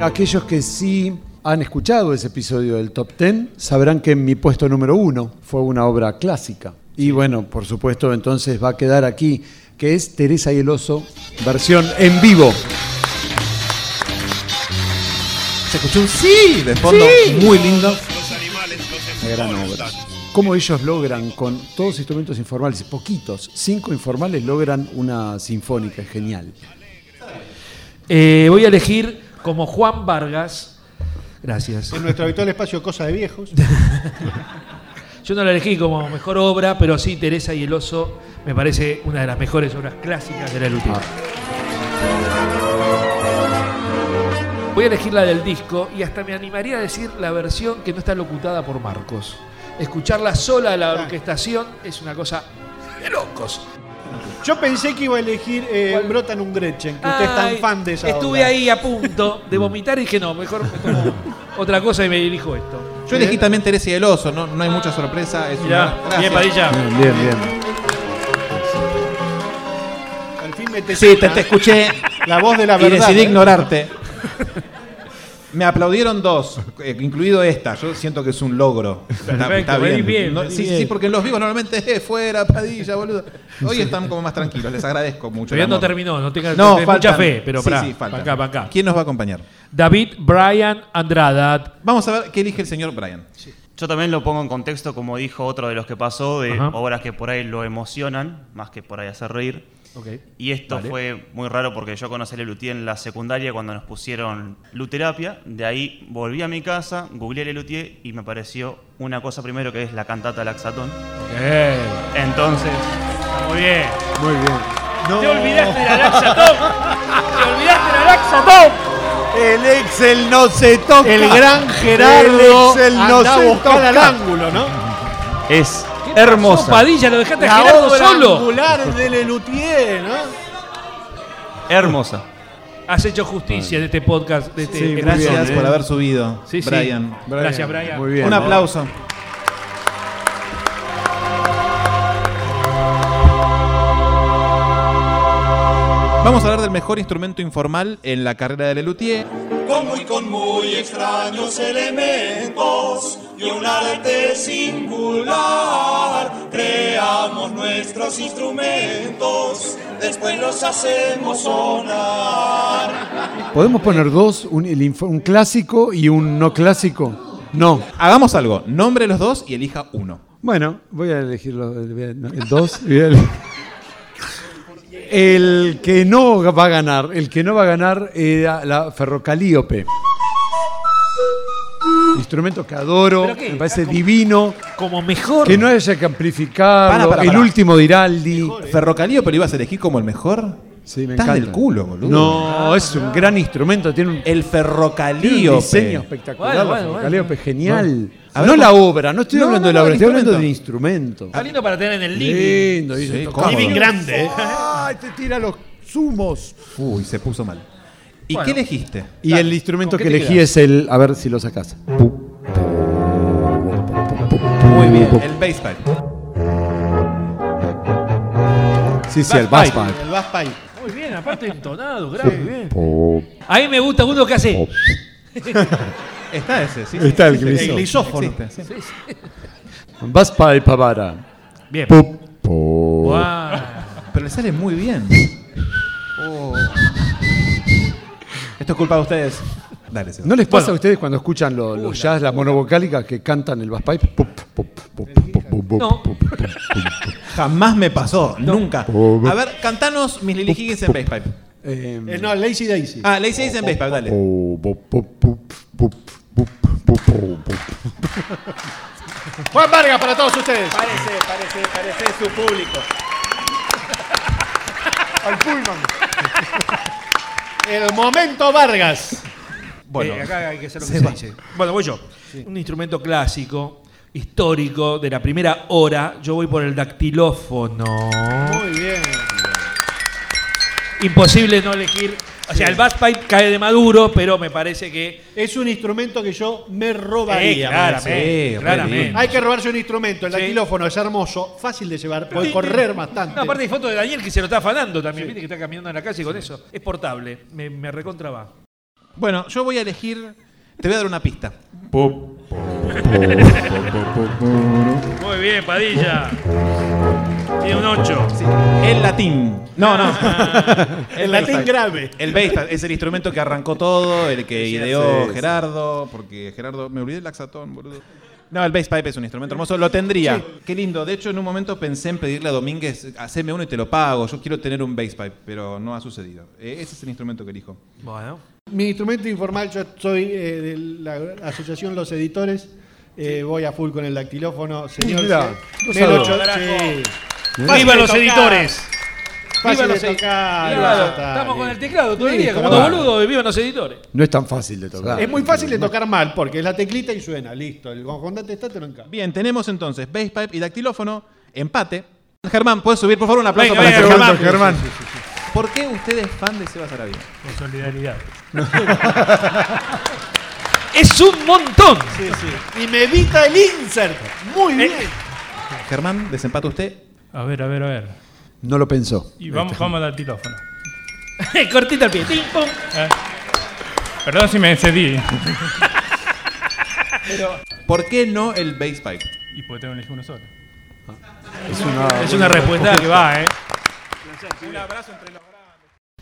Aquellos que sí han escuchado ese episodio del Top Ten sabrán que en mi puesto número uno fue una obra clásica. Y bueno, por supuesto, entonces va a quedar aquí, que es Teresa y el Oso, versión en vivo. Se escuchó un sí de fondo muy lindo. Una gran obra. Cómo ellos logran con todos instrumentos informales, poquitos, cinco informales, logran una sinfónica, es genial. Eh, voy a elegir como Juan Vargas. Gracias. En nuestro habitual espacio Cosa de Viejos. Yo no la elegí como mejor obra, pero sí Teresa y el oso me parece una de las mejores obras clásicas de la Ah. Lutier. Voy a elegir la del disco y hasta me animaría a decir la versión que no está locutada por Marcos. Escucharla sola a la orquestación es una cosa de locos. Yo pensé que iba a elegir eh, Brotan un Gretchen, que usted es tan Ay, fan de esa Estuve obra. ahí a punto de vomitar y dije, no, mejor me tomo otra cosa y me elijo esto. Yo elegí también Teresa y el oso, no, no hay mucha sorpresa. Es Mirá, una... bien, Padilla. Bien, bien, bien. Al fin me Sí, te, te escuché. La voz de la Y verdad. decidí ¿eh? ignorarte. Me aplaudieron dos, eh, incluido esta. Yo siento que es un logro. Está- Perfecto, está venís bien, No, venís sí, bien. sí, porque en los vivos normalmente eh, fuera, padilla, boludo. Hoy están como más tranquilos, les agradezco mucho. Todavía el no amor. terminó, no tengas No, mucha faltan. fe, pero Sí, pará, sí, faltan. pa' acá, pa' acá. ¿Quién nos va a acompañar? David Brian Andrada. Vamos a ver qué elige el señor Brian. Yo también lo pongo en contexto, como dijo otro de los que pasó, de Ajá. obras que por ahí lo emocionan, más que por ahí hacer reír. Ok, Y esto vale. fue muy raro porque yo conocí a Lelutier en la secundaria cuando nos pusieron Luterapia. De ahí volví a mi casa, googleé Lelutier y me apareció una cosa primero que es la cantata Eh, Laxatón. Eh. Eh, Entonces. Muy bien. Muy bien. Te olvidaste de la Laxa Top. Te olvidaste de la Laxa Top. El Excel no se toca. El gran Gerardo El Excel no andá a se buscar toca. al ángulo, ¿no? Es hermosa. Padilla, lo dejaste a La Gerardo obra solo. angular de Lelutier, ¿no? Hermosa. Has hecho justicia en este podcast. De este Sí, episodio. gracias por haber subido, Sí, sí. Brian. Gracias, Brian. Muy bien. Un aplauso. Vamos a hablar del mejor instrumento informal en la carrera de Lelutier. Con muy, con muy extraños elementos y un arte singular, creamos nuestros instrumentos, después los hacemos sonar. ¿Podemos poner dos? Un, el info- un clásico y un no clásico. No. Hagamos algo. Nombre los dos y elija uno. Bueno, voy a elegir los- el, el dos. y El, el que no va a ganar, el que no va a ganar era la ferrocalíope. Instrumento que adoro, me parece divino. Como mejor. Que no haya que amplificarlo. Para, para, El para. último de Iraldi. Ferrocalío, ¿eh? pero ibas a elegir como el mejor. Sí, me Estás encanta. del culo, boludo. No, es un gran instrumento. Tiene un, el Tiene ferrocalío. un diseño espectacular, Bueno, la bueno, ferrocalíope, bueno. genial. A No, ver, la ¿cómo? obra, no estoy No, hablando no, de la no, obra, el estoy hablando del instrumento. Está lindo para tener en el living. Lindo, y Sí, se cómodo. tocaba. Living grande, ¿eh? Ay, te tira los zumos. Uy, se puso mal. ¿Y Bueno. qué elegiste? Y el instrumento ¿Con que qué te elegí quedas? es el. A ver si lo sacas. Muy bien, el bass pipe. Sí, sí, el bass pipe. El bass pipe. Muy bien, aparte entonado, grave, bien. A mí me gusta uno que hace. Está ese, sí. Está el sí, glisófono. sí, El glisófono. existe, sí. Bass pipe Pavara. Bien. Pup, pup. Pero le sale muy bien. Oh. Esto es culpa de ustedes. Dale, Seba. ¿No les pasa a ustedes cuando escuchan lo- los jazz, las monovocálicas que cantan el bass pipe? Pup, pup, pup, pup, pup, pup, No. pup, pup, pup. Jamás me pasó, nunca. Oh. A ver, cantanos mis Lily Higgins en bass pipe. Eh, no, Lazy Daisy. Ah, Lazy Oh, Daisy en bass pipe, dale. Juan Vargas para todos ustedes. Parece, parece, parece su público. Al Pullman. El momento Vargas. Bueno, Eh, acá hay que hacer lo que se se va. dice. Bueno, voy yo. Un instrumento clásico, histórico, de la primera hora. Yo voy por el dactilófono. Muy bien. Imposible no elegir. O sea, Sí. el bass pipe cae de maduro, pero me parece que. Es un instrumento que yo me robaría. Eh, claramente, Sí, claramente. Hay que robarse un instrumento. El dactilófono es hermoso, fácil de llevar, puede correr bastante. No, aparte hay fotos de Daniel que se lo está afanando también. Viste que está caminando en la calle con eso. Es portable. Me, me recontra va. Bueno, yo voy a elegir. Te voy a dar una pista. Muy bien, Padilla. Tiene un 8. El latín. No, no. bass El latín pipe. grave. El bass pipe es el instrumento que arrancó todo, el que Sí, ideó sí, sí. Gerardo, porque Gerardo, me olvidé el laxatón, boludo. No, el bass pipe es un instrumento hermoso, lo tendría. Qué lindo. De hecho, en un momento pensé en pedirle a Domínguez, haceme uno y te lo pago. Yo quiero tener un bass pipe, pero no ha sucedido. Eh, Ese es el instrumento que elijo. Bueno. Mi instrumento informal, yo soy eh, de la asociación Los Editores Eh, Voy a full con el dactilófono, señor. Mirá, sí. vos Menos sabés. ocho- Carajo. sí. Viva Fácil de los tocar. editores. Fácil Viva de los ed- tocar. Viva ya los- está, Estamos con listo. el teclado todo el día, Listo, como dos va. boludos, vivan los editores. No es tan fácil de tocar. Es muy fácil de tocar mal, porque es la teclita y suena, listo. El conjondante está, te lo encargo. Bien, tenemos entonces bass pipe y dactilófono, empate. Germán, ¿puedes subir por favor un aplauso Venga, para venga, Germán? Germán. Sí, sí, sí, sí. ¿Por qué usted es fan de Sebas Arabia? Por solidaridad. es un montón. Sí, sí. Y me evita el insert. Muy bien. Eh, Germán, desempata usted. Este. A ver, a ver, a ver. No lo pensó. Y vamos, vamos al dactilófono. Cortito el pie. Tim, pum. Eh, Perdón si me excedí. ¿Por qué no el bass pipe? Y porque tengo que elegir uno solo. Es una- Es una respuesta que va, ¿eh? Un abrazo entre los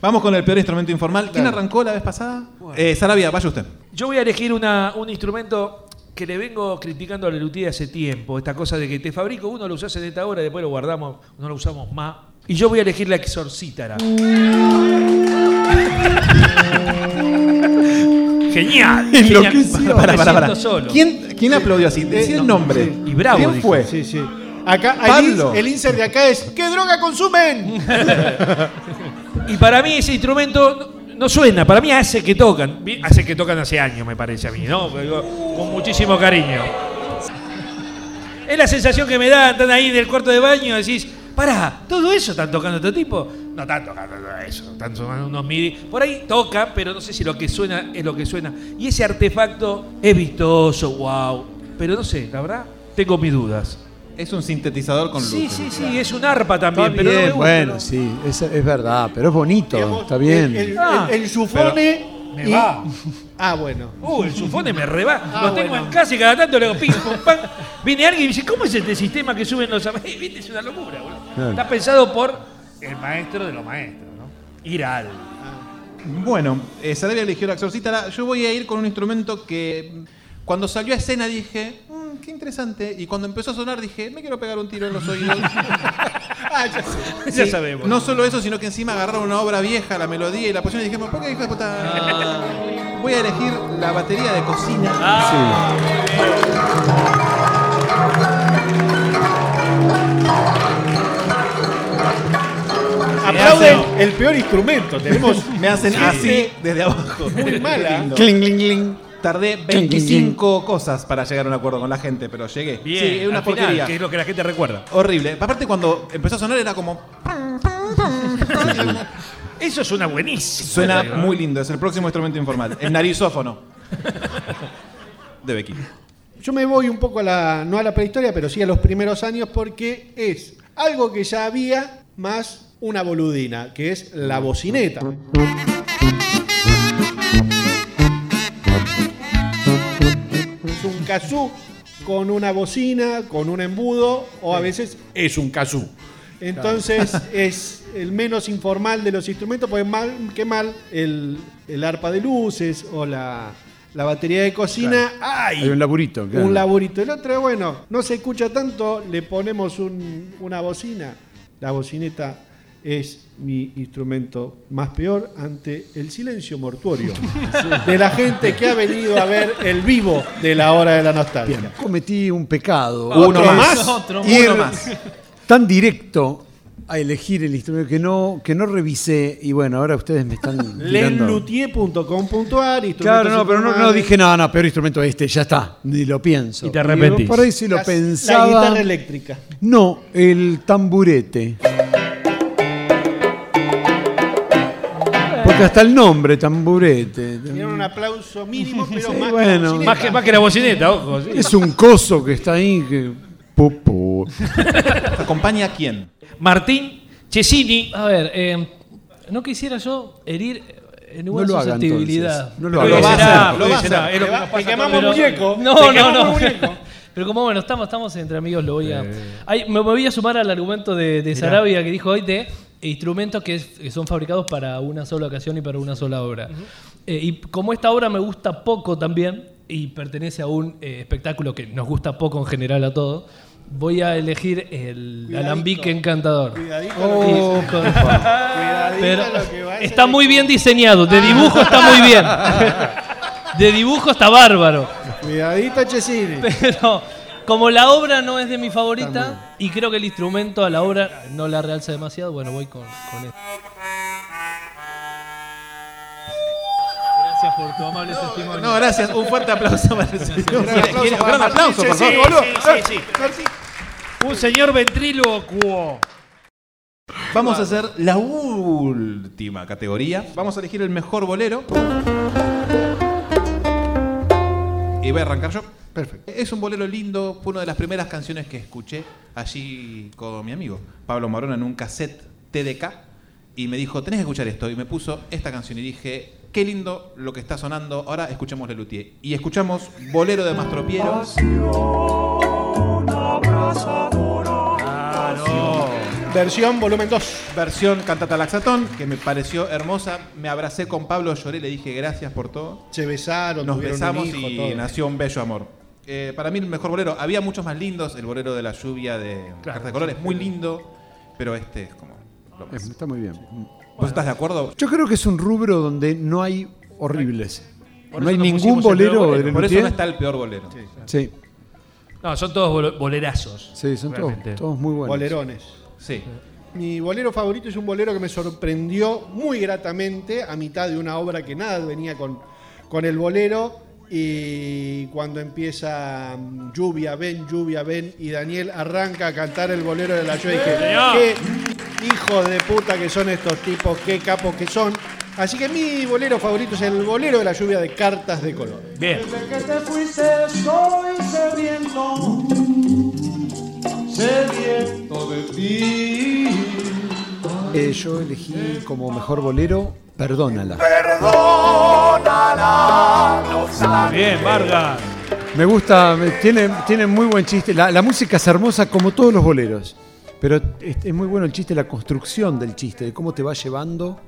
Vamos con el peor instrumento informal. ¿Quién arrancó la vez pasada? Eh, Sarabia, vaya usted. Yo voy a elegir una- un instrumento que le vengo criticando a Lelutier hace tiempo. Esta cosa de que te fabrico uno, lo usás en esta hora, después lo guardamos, no lo usamos más. Y yo voy a elegir la exorcítara. Genial. Enloqueció. Para, para, para. Me siento solo. ¿Quién, quién aplaudió así? Decí el nombre. Y bravo, ¿Quién dijo. fue? Sí, sí. Acá, el, Pablo. ins- el insert de acá es ¿Qué droga consumen? Y para mí ese instrumento no- no suena, para mí hace que tocan. Vi- Hace que tocan hace años, me parece a mí, ¿no? Pero Con muchísimo cariño. Es la sensación que me da, están ahí en el cuarto de baño, decís, pará, todo eso están tocando este tipo. No están tocando todo eso, están sonando unos MIDI. Por ahí tocan, pero no sé si lo que suena es lo que suena. Y ese artefacto es vistoso, wow. Pero no sé, la verdad, tengo mis dudas. Es un sintetizador con Sí, luces. sí, sí, es un arpa también, Está pero no me bien, gusta, bueno, ¿no? sí, es, es verdad, pero es bonito, está bien. El, el, Ah. el- el sufone. Me va. Ah, bueno. Uh, el sufone me reba. Ah, lo tengo bueno. en casa y cada tanto le hago ping, pum, pam. Viene alguien y dice, ¿cómo es este sistema que suben los am-?" Eh, Viste, es una locura, boludo. Claro. Está pensado por el maestro de los maestros, ¿no? Iral. Bueno, eh, Sarabia eligió la exorcítara. Yo voy a ir con un instrumento que mm, cuando salió a escena dije, "Mm, qué interesante. Y cuando empezó a sonar dije, me quiero pegar un tiro en los oídos. Ah, ya sé. Sí, No solo eso, sino que encima agarraron una obra vieja, la melodía y la posición y dijimos, ¿por qué hijo de puta? Ah. Voy a elegir la batería de cocina. Aplauden el peor instrumento. Tenemos. Me hacen así desde abajo. Muy mala. Lindo. Cling, Tardé cling, 25 cosas para llegar a un acuerdo con la gente, pero llegué. Bien, sí, es una al final, porquería. que es lo que la gente recuerda. Horrible. Aparte cuando empezó a sonar era como Eso suena buenísimo. suena muy lindo, es el próximo instrumento informal, el narizófono. De Becky. Yo me voy un poco a la, no a la prehistoria, pero sí a los primeros años porque es algo que ya había más una boludina, que es la bocineta. Es un kazoo con una bocina, con un embudo, o a veces es un kazoo. Entonces es el menos informal de los instrumentos, porque mal que mal el, el arpa de luces o la, la batería de cocina, ¡ay! Hay un laburito, claro. Un laburito. El otro, bueno, no se escucha tanto, le ponemos un- una bocina. La bocineta es mi instrumento más peor ante el silencio mortuorio de la gente que ha venido a ver el vivo de la hora de la nostalgia. Bien, cometí un pecado. Otro que es más, otro, ir uno más. Tan directo a elegir el instrumento que no, que no revisé y bueno, ahora ustedes me están tirando. Lenlutier.com.ar Claro, no, pero no, no dije nada, no, peor instrumento este, ya está, ni lo pienso. Y te arrepentís. por ahí sí lo La- la pensaba. guitarra eléctrica. No, el tamburete. Porque hasta el nombre, tamburete. Dieron un aplauso mínimo, pero Sí, más, bueno. que Más que- más que la bocineta, ojo. Es un coso que está ahí que. pu, pu. ¿Acompaña a quién? Martín Chesini. A ver, eh, no quisiera yo herir en No ninguna lo haga, susceptibilidad. entonces. No lo haga. Lo va a ah, Será, hacer, lo va a será, hacer. es lo Te que va- nos pasa te quemamos a todos. muñeco, te No, no, no. quemamos Pero como bueno, estamos, estamos entre amigos, lo voy a. Eh. Ay, me voy a sumar al argumento de, de Sarabia que dijo hoy de instrumentos que, es- que son fabricados para una sola ocasión y para una sola obra. Eh, y como esta obra me gusta poco también y pertenece a un eh, espectáculo que nos gusta poco en general a todos, voy a elegir el alambique encantador. Cuidadito Oh, lo que- con- Cuidadito Pero lo que va a este Ah. está muy bien diseñado, de dibujo está muy bien. De dibujo está bárbaro. Cuidadito, Chesini. Pero como la obra no es de mi favorita, y creo que el instrumento a la obra no la realza demasiado, bueno, voy con, con esto. Gracias por tu amable testimonio. No, gracias. Un fuerte aplauso para el señor. ¿Quieres Un gran aplauso, por favor. Sí, sí, sí. Un señor ventrílocuo. Vamos a hacer la última categoría. Vamos a elegir el mejor bolero. Y voy a arrancar yo. Perfecto. Es un bolero lindo, fue una de las primeras canciones que escuché allí con mi amigo Pablo Marona en un cassette TDK y me dijo, tenés que escuchar esto. Y me puso esta canción y dije, qué lindo lo que está sonando, ahora escuchemos Lelutier. Y escuchamos Bolero de Mastropiero. Versión volumen 2. Versión Cantata Laxatón, que me pareció hermosa. Me abracé con Pablo, lloré, le dije gracias por todo. Se besaron, Nos tuvieron un besamos hijo, y todo. nació un bello amor. Eh, para mí el mejor bolero. Había muchos más lindos. El bolero de la lluvia de Carta de Colores, muy lindo. Pero este es como... lo más. Está muy bien. ¿Vos estás de acuerdo? Yo creo que es un rubro donde no hay horribles. Por no hay eso no pusimos ningún el peor bolero bolero. de Por eso Lelutier. no está el peor bolero. Sí, No, son todos bol- bolerazos. sí, son todos, Realmente. todos muy buenos. Bolerones. Sí. Mi bolero favorito es un bolero que me sorprendió muy gratamente a mitad de una obra que nada venía con, con el bolero. Y cuando empieza mm, lluvia, ven, lluvia, ven, y Daniel arranca a cantar el bolero de la lluvia. Dije, ¡Señor! qué hijos de puta que son estos tipos, qué capos que son. Así que mi bolero favorito es el bolero de la lluvia de cartas de color. Bien. Desde que te fuiste estoy sediento, sediento de ti. Eh, yo elegí como mejor bolero Perdónala. Perdónala, no sabes. Bien, Vargas. Me gusta, me- tiene, tiene muy buen chiste. La, la música es hermosa como todos los boleros. Pero es, es muy bueno el chiste, la construcción del chiste, de cómo te va llevando.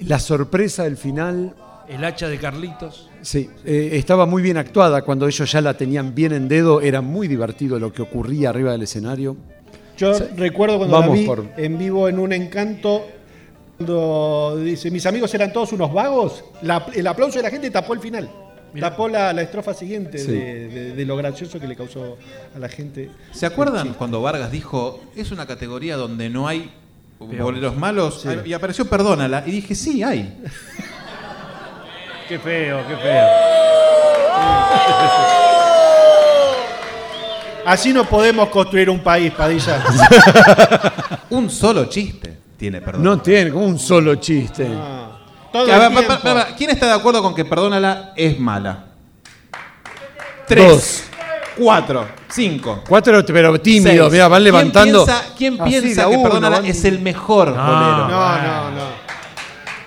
La sorpresa del final. El hacha de Carlitos. Sí, eh, estaba muy bien actuada. Cuando ellos ya la tenían bien en dedo, era muy divertido lo que ocurría arriba del escenario. Yo Sí. recuerdo cuando la Vamos vi por- en vivo en un encanto, cuando dice, mis amigos eran todos unos vagos, la- el aplauso de la gente tapó el final. Tapó la, la estrofa siguiente Sí. de, de- de lo gracioso que le causó a la gente. ¿Se acuerdan cuando Vargas dijo, es una categoría donde no hay boleros malos? Ah, Sí. Y apareció Perdónala. Y dije, sí, hay. Qué feo, qué feo. Así no podemos construir un país, Padilla. Un solo chiste tiene Perdónala. No tiene como un solo chiste. Ah, Ah, Todo Que, el a ver, tiempo. pa- pa- pa- ¿Quién está de acuerdo con que Perdónala es mala? Dos. Tres. Cuatro. Cinco. Cuatro, pero tímidos, Seis. mirá, van ¿Quién levantando. Ah, piensa- ¿Quién Así, piensa de a que uno, Perdónala van- es el mejor bolero? Ah. No, no, no.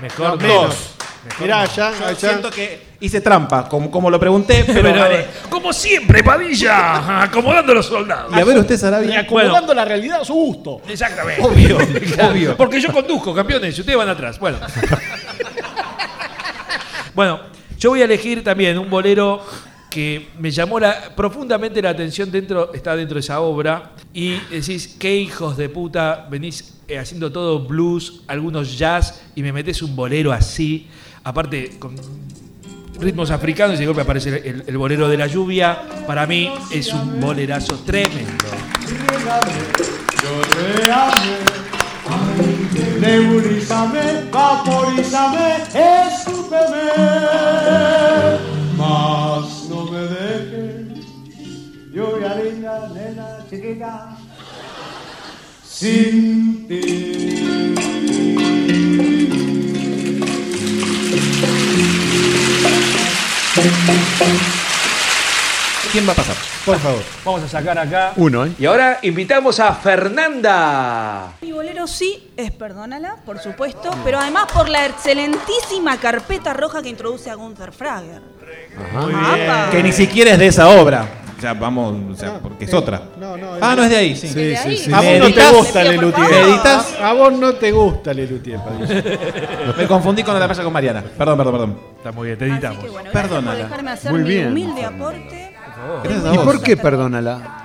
Mejor No, menos. dos. Mirá, ya, Yo ya. siento que hice trampa, como, como lo pregunté, pero, Pero, gané. como siempre, Padilla, acomodando los soldados. Y a ver usted, Sarabia. Acomodando la realidad a su gusto. Exactamente. Obvio, obvio. Porque yo conduzco, campeones, y ustedes van atrás. Bueno. bueno, yo voy a elegir también un bolero que me llamó la- profundamente la atención dentro, está dentro de esa obra. Y decís, qué hijos de puta, venís eh, haciendo todo blues, algunos jazz, y me metes un bolero así. Aparte, con ritmos africanos, y de golpe aparece el, el bolero de la lluvia. Para mí es un bolerazo tremendo. Neurízame, vaporízame, estúpeme, mas no me dejes, lluvia linda, nena chiquita, sin ¿Quién va a pasar? Por favor. Vamos a sacar acá. Uno, ¿eh? Y ahora invitamos a Fernanda. Mi bolero sí es Perdónala, por supuesto, pero además por la excelentísima carpeta roja que introduce a Gunther Frager. Que ni siquiera es de esa obra. O sea, vamos, o sea, porque es otra. eh, No, no, Ah, no es de ahí. Sí, Sí, sí, sí, sí. A vos ¿Me no te editas? gusta ¿Me Lelutier. editas? A vos no te gusta Lelutier, Padilla. Me confundí con la playa con Mariana. Perdón, perdón, perdón. Está muy bien, te editamos. Bueno, gracias por Perdónala. dejarme hacer Muy mi bien. humilde aporte. ¿Y por qué Perdónala?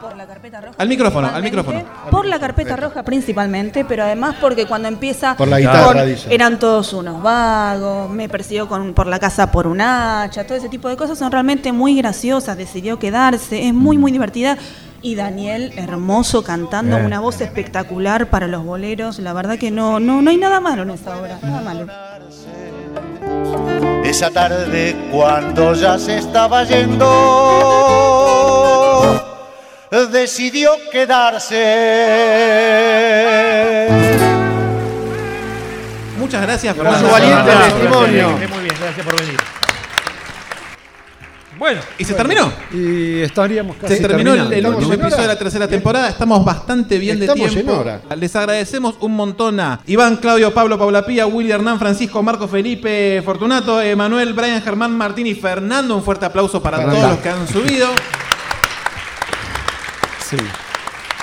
Por la carpeta roja. Al micrófono, al principalmente. micrófono. Por la carpeta roja principalmente, pero además porque cuando empieza. Por la guitarra, con- dice. Eran todos unos vagos, me persiguió con, por la casa por un hacha, todo ese tipo de cosas son realmente muy graciosas. Decidió quedarse, es Mm. muy, muy divertida. Y Daniel, hermoso, cantando Eh. Bien. una voz espectacular para los boleros. La verdad que no, no, no hay nada malo en esta obra, Mm. nada malo. Esa tarde cuando ya se estaba yendo, decidió quedarse. Muchas gracias por Hermoso, su valiente Ah, testimonio. perfecto. Muy bien, gracias por venir. Bueno. ¿Y se terminó? Y estaríamos casi Se terminó el, terminando. el Estamos último en episodio de hora. la tercera temporada. Estamos bastante bien Estamos de tiempo. en hora. Les agradecemos un montón a Iván, Claudio, Pablo, Paula Pía, Willy Hernán, Francisco, Marco, Felipe, Fortunato, Emanuel, Brian, Germán, Martín y Fernando. Un fuerte aplauso para Fernando. todos los que han subido. Sí.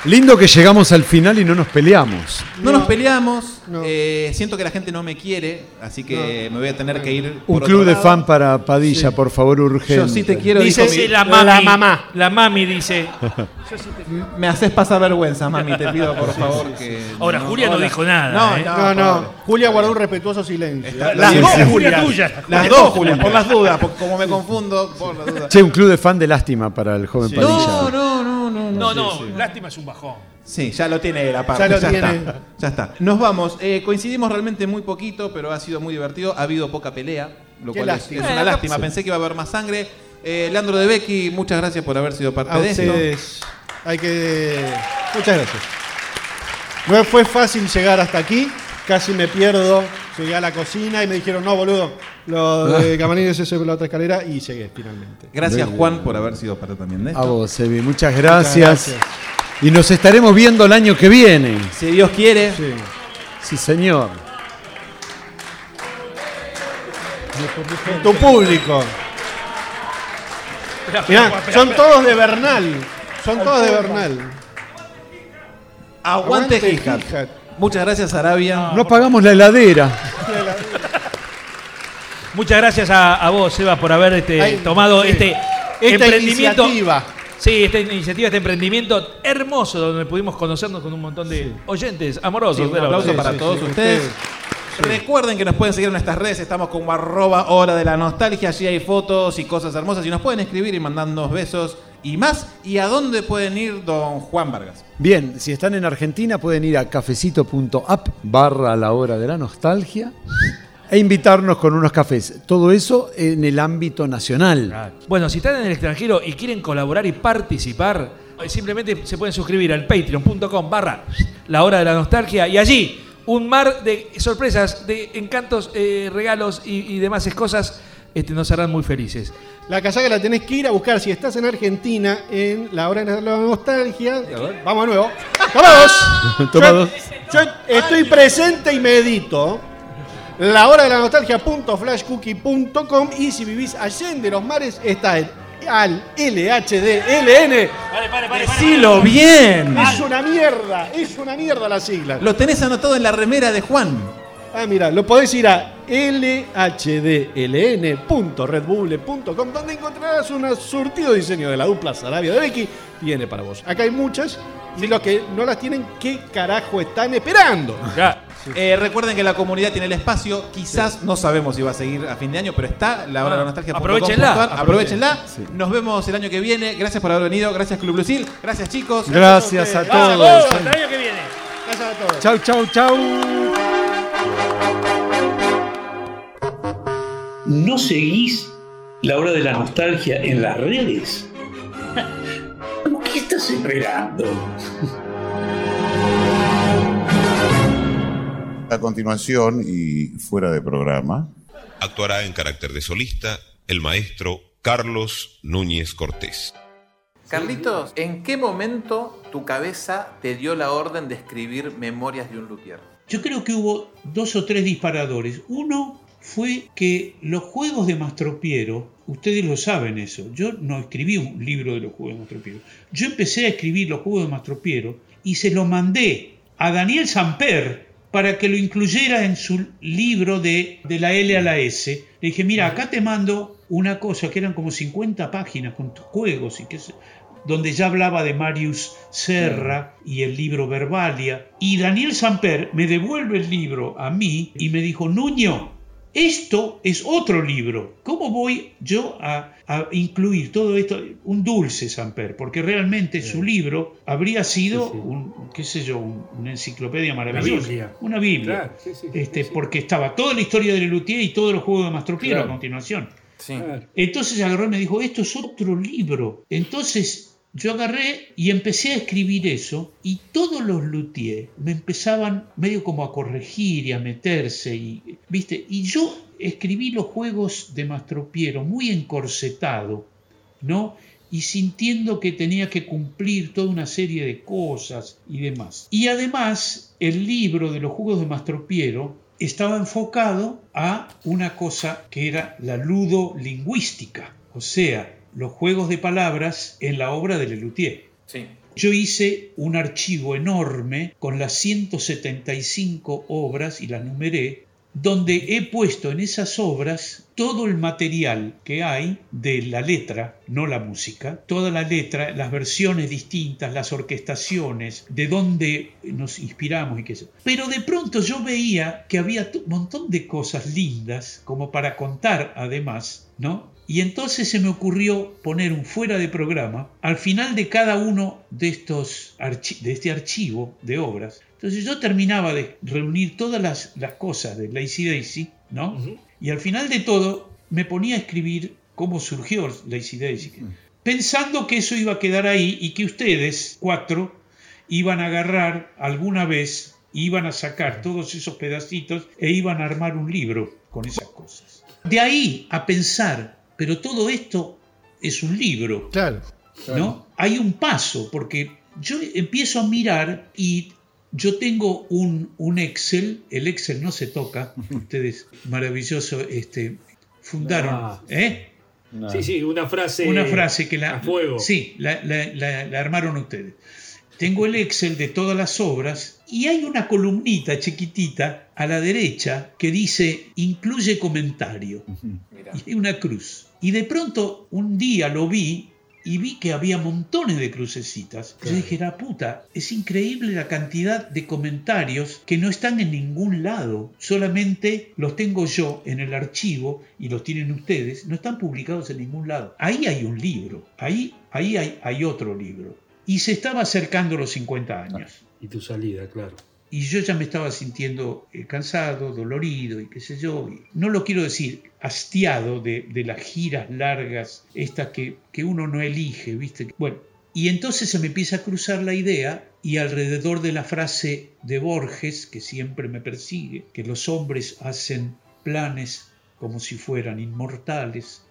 Lindo que llegamos al final y no nos peleamos. No, nos peleamos. Eh, siento que la gente no me quiere, así que me voy a tener que ir. Un por otro club de lado. fan para Padilla, por favor, urgente. Yo sí te quiero. Dice dijo mi- la mami. La mamá. La mami dice. Me haces pasar vergüenza, mami. Te pido por favor que. Ahora, Julia no hola. dijo nada, No, ¿eh? no, no. Julia guardó un respetuoso silencio. Las Sí, dos sí. Julias. Julia tuya. Las dos Julias, por las dudas, porque como me confundo, por las dudas. Che, un club de fan de lástima para el joven Padilla. No, no, no, no. No, no, lástima es un bajón. Sí, ya lo tiene la parte. Ya lo tiene. Está, ya está. Nos vamos. Eh, coincidimos realmente muy poquito, pero ha sido muy divertido. Ha habido poca pelea, lo Qué cual es- lástima. es una Eh, lástima. sí. Pensé que iba a haber más sangre. Eh, Leandro de Becky, muchas gracias por haber sido parte A de esto. ustedes. Hay que. Muchas gracias. No fue fácil llegar hasta aquí. Casi me pierdo. Llegué a la cocina y me dijeron, no, boludo. Lo de Camarines es sobre la otra escalera y llegué finalmente. Ah. Gracias, Muy Juan, por haber sido parte también de esto. A vos, Evi, muchas gracias. gracias. Y nos estaremos viendo el año que viene. Si Dios quiere. Sí, señor. Tu público. Mirá, son todos de Bernal. Son todos de Bernal. Aguante, Aguante, Hijat. Hijat. Muchas gracias, Arabia. No pagamos la heladera. Muchas gracias a, a vos, Seba, por haber este, Ay, tomado sí. este Esta emprendimiento. iniciativa. Sí, esta iniciativa, este emprendimiento hermoso donde pudimos conocernos con un montón de oyentes amorosos. Sí, un de la aplauso verdad. para todos ustedes. Recuerden que nos pueden seguir en nuestras redes, estamos como arroba hora de la nostalgia, allí hay fotos y cosas hermosas y nos pueden escribir y mandarnos besos y más. ¿Y a dónde pueden ir, don Juan Vargas? Bien, si están en Argentina pueden ir a cafecito.app barra la hora de la nostalgia e invitarnos con unos cafés. Todo eso en el ámbito nacional. Bueno, si están en el extranjero y quieren colaborar y participar, eh, simplemente se pueden suscribir al patreon.com barra la hora de la nostalgia y allí un mar de sorpresas, de encantos, eh, regalos y, y demás cosas este, nos harán muy felices. La casaca la tenés que ir a buscar si estás en Argentina en la hora de la nostalgia. Vamos de nuevo. Toma dos. Toma Yo- dos. Yo estoy presente y medito. La hora de la nostalgia.flashcookie.com y si vivís allende los mares está en al LHDLN. Decilo bien. Es una mierda, es una mierda la sigla. Lo tenés anotado en la remera de Juan. Ah, mira, lo podés ir a lhdln.redbubble.com donde encontrarás un surtido diseño de la dupla Sarabia de Becky. Tiene para vos. Acá hay muchas. Y los que no las tienen, ¿qué carajo están esperando? Eh, recuerden que la comunidad tiene el espacio, quizás no sabemos si va a seguir a fin de año, pero está la hora de la nostalgia. punto com Ah, Aprovechenla. punto ar. aprovechenla. Sí. Nos vemos el año que viene. Gracias por haber venido, gracias Club Lucil, gracias chicos. Gracias a todos. Hasta el año que viene. Gracias a todos. Chau, chau, chau. ¿No seguís la hora de la nostalgia en las redes? ¿Qué estás esperando? A continuación y fuera de programa. Actuará en carácter de solista el maestro Carlos Núñez Cortés. Carlitos, ¿en qué momento tu cabeza te dio la orden de escribir Memorias de un Luthier? Yo creo que hubo dos o tres disparadores. Uno fue que los juegos de Mastropiero, ustedes lo saben eso, yo no escribí un libro de los juegos de Mastropiero. Yo empecé a escribir los juegos de Mastropiero y se los mandé a Daniel Samper para que lo incluyera en su libro de, de la L a la S. Le dije, mira, acá te mando una cosa que eran como 50 páginas con tus juegos y que donde ya hablaba de Marius Serra y el libro Verbalia. Y Daniel Samper me devuelve el libro a mí y me dijo, Nuño, esto es otro libro. ¿Cómo voy yo a, a incluir todo esto? Un dulce Samper, porque realmente su libro habría sido un, qué sé yo, un- una enciclopedia maravillosa. Biblia. Una Biblia. Claro, sí, sí, sí, este, sí. Porque estaba toda la historia de Lelutier y todos los juegos de Mastropiero Claro. a continuación. Entonces agarró y me dijo, esto es otro libro. Entonces yo agarré y empecé a escribir eso y todos los luthiers me empezaban medio como a corregir y a meterse y, ¿viste? Y yo escribí los juegos de Mastropiero muy encorsetado, ¿no? Y sintiendo que tenía que cumplir toda una serie de cosas y demás. Y además, el libro de los juegos de Mastropiero estaba enfocado a una cosa que era la ludolingüística, o sea, los juegos de palabras en la obra de Lelutier. Sí. Yo hice un archivo enorme con las 175 obras y las numeré, donde he puesto en esas obras todo el material que hay de la letra, no la música, toda la letra, las versiones distintas, las orquestaciones, de dónde nos inspiramos y qué sé. yo. Pero de pronto yo veía que había un montón de cosas lindas como para contar además, ¿no? Y entonces se me ocurrió poner un fuera de programa al final de cada uno de estos archi- de este archivo de obras. Entonces yo terminaba de reunir todas las, las cosas de Lazy Daisy, ¿no? Y al final de todo me ponía a escribir cómo surgió Lazy Daisy, pensando que eso iba a quedar ahí y que ustedes, cuatro, iban a agarrar alguna vez, iban a sacar todos esos pedacitos e iban a armar un libro con esas cosas. De ahí a pensar, pero todo esto es un libro. Claro. ¿no? Hay un paso, porque yo empiezo a mirar y yo tengo un, un Excel, el Excel no se toca, ustedes maravilloso, este, fundaron, Ah. ¿eh? Sí, sí, una frase. Una frase que la. a fuego. Sí, la, la- la- la armaron ustedes. Tengo el Excel de todas las obras y hay una columnita chiquitita a la derecha que dice incluye comentario. Y hay una cruz. Y de pronto un día lo vi y vi que había montones de crucecitas. Yo dije, la puta, es increíble la cantidad de comentarios que no están en ningún lado. Solamente los tengo yo en el archivo y los tienen ustedes. No están publicados en ningún lado. Ahí hay un libro. Ahí, ahí hay, hay otro libro. Y se estaba acercando los 50 años. Ah, Y tu salida, claro. Y yo ya me estaba sintiendo eh, cansado, dolorido y qué sé yo. y no lo quiero decir hastiado de, de las giras largas, estas que, que uno no elige, ¿viste? Bueno, y entonces se me empieza a cruzar la idea y alrededor de la frase de Borges, que siempre me persigue, que los hombres hacen planes como si fueran inmortales,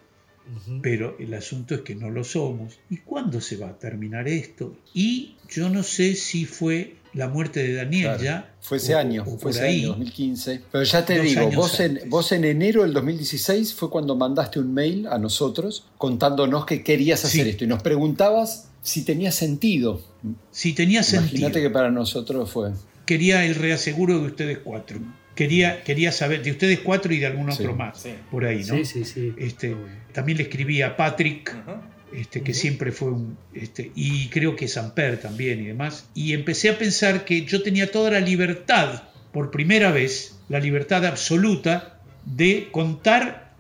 pero el asunto es que no lo somos. ¿Y cuándo se va a terminar esto? Y yo no sé si fue la muerte de Daniel ya. Fue ese o- año, o fue por ese ahí. año, 2015. Pero ya te Dos digo, años vos en, vos en enero del 2016 fue cuando mandaste un mail a nosotros contándonos que querías hacer esto y nos preguntabas si tenía sentido. Si tenía Imagínate que para nosotros fue. Quería el reaseguro de ustedes cuatro. Quería, quería saber de ustedes cuatro y de algún otro más. Por ahí, ¿no? Sí, sí, sí. Este, también le escribí a Patrick, este, que siempre fue un. Este, y creo que Samper también y demás. Y empecé a pensar que yo tenía toda la libertad, por primera vez, la libertad absoluta de contar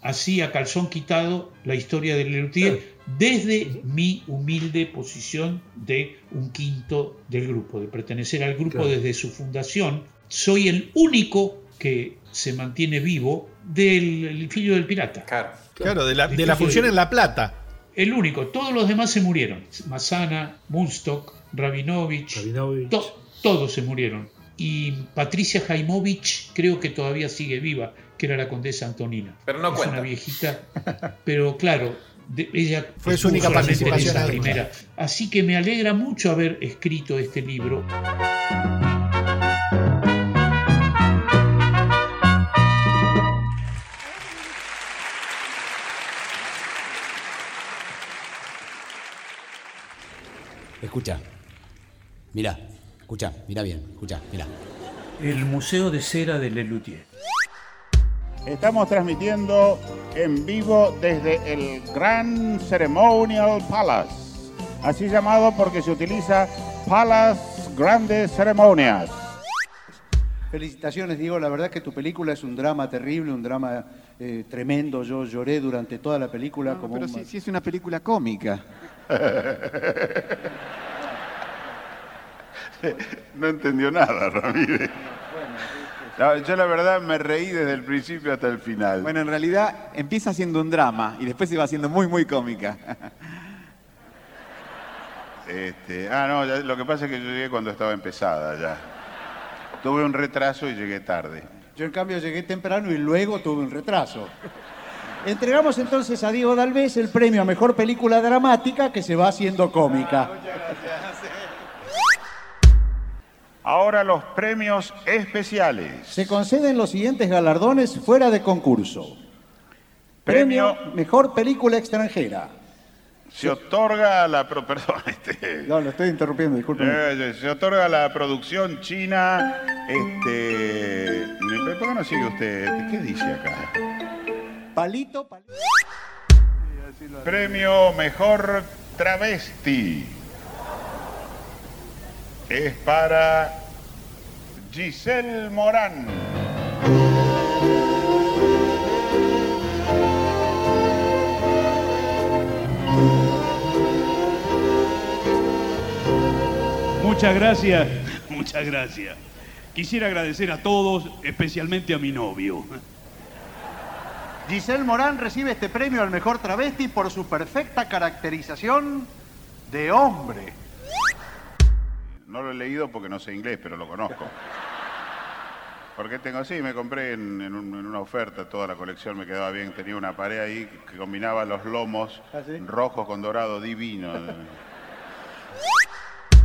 así a calzón quitado la historia de Leloutier desde mi humilde posición de un quinto del grupo, de pertenecer al grupo Claro. desde su fundación. Soy el único que se mantiene vivo del el filho del pirata. Claro, Claro, de la, de la función en La Plata. El único, todos los demás se murieron. Masana, Munstock, Rabinovich, to- todos se murieron. Y Patricia Jaimovich creo que todavía sigue viva, que era la condesa Antonina. Pero no Es cuenta. Una viejita, pero claro, de- ella Fue su estuvo única solamente en participación esa adulta. primera. Así que me alegra mucho haber escrito este libro. Escucha. Mira, escucha, mira bien, escucha, mira. El Museo de Cera de Lelutier. Estamos transmitiendo en vivo desde el Grand Ceremonial Palace así llamado porque se utiliza para las grandes ceremonias. Felicitaciones, Diego. La verdad que tu película es un drama terrible, un drama eh, tremendo. Yo lloré durante toda la película. como pero un- sí, sí es una película cómica. No entendió nada, Ramírez. No, yo la verdad me reí desde el principio hasta el final. Bueno, en realidad empieza siendo un drama y después se va haciendo muy, muy cómica. Este, ah, no, ya- lo que pasa es que yo llegué cuando estaba empezada ya. Tuve un retraso y llegué tarde. Yo, en cambio, llegué temprano y luego tuve un retraso. Entregamos entonces a Diego Dalvez el premio a mejor película dramática que se va haciendo cómica. Ahora los premios especiales. Se conceden los siguientes galardones fuera de concurso. Premio Mejor Película Extranjera. Se otorga a la... pro- Perdón, este... No, lo estoy interrumpiendo, disculpen. Eh, se otorga a la producción china, este... ¿Por qué no sigue usted? este, ¿Qué dice acá? Palito, palito. Premio Mejor Travesti. Es para Giselle Morán. Muchas gracias, muchas gracias. Quisiera agradecer a todos, especialmente a mi novio. Giselle Morán recibe este premio al mejor travesti por su perfecta caracterización de hombre. No lo he leído porque no sé inglés, pero lo conozco. Porque tengo, sí, me compré en, en un- en una oferta toda la colección, me quedaba bien. Tenía una pared ahí que combinaba los lomos ¿Ah, rojos con dorado, divino.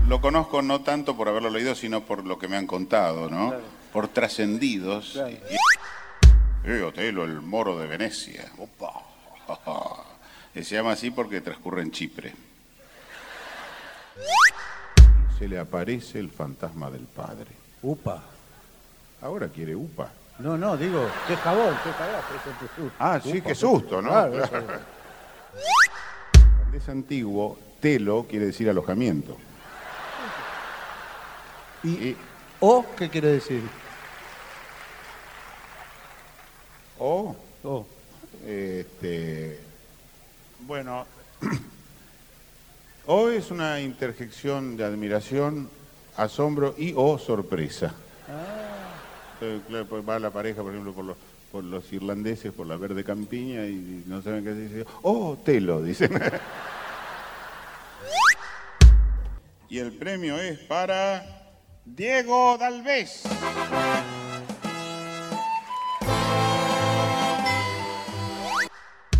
Lo conozco no tanto por haberlo leído, sino por lo que me han contado, ¿no? Por trascendidos. Y- Eh, Otelo, el moro de Venecia. Opa. Se llama así porque transcurre en Chipre. Se le aparece el fantasma del padre. Upa. Ahora quiere upa. No, no, digo, qué jabón, qué jabón. Ah, sí, qué susto, ¿no? Claro, Claro. eso. Es antiguo, telo quiere decir alojamiento. ¿Y, o qué quiere decir? O. Oh. Este. Bueno. O es una interjección de admiración, asombro y o sorpresa. Eh, claro, pues Va la pareja, por ejemplo, por los, por los irlandeses, por la verde campiña y no saben qué decir. ¡Oh, telo! Dicen. y el premio es para Diego Dalvez.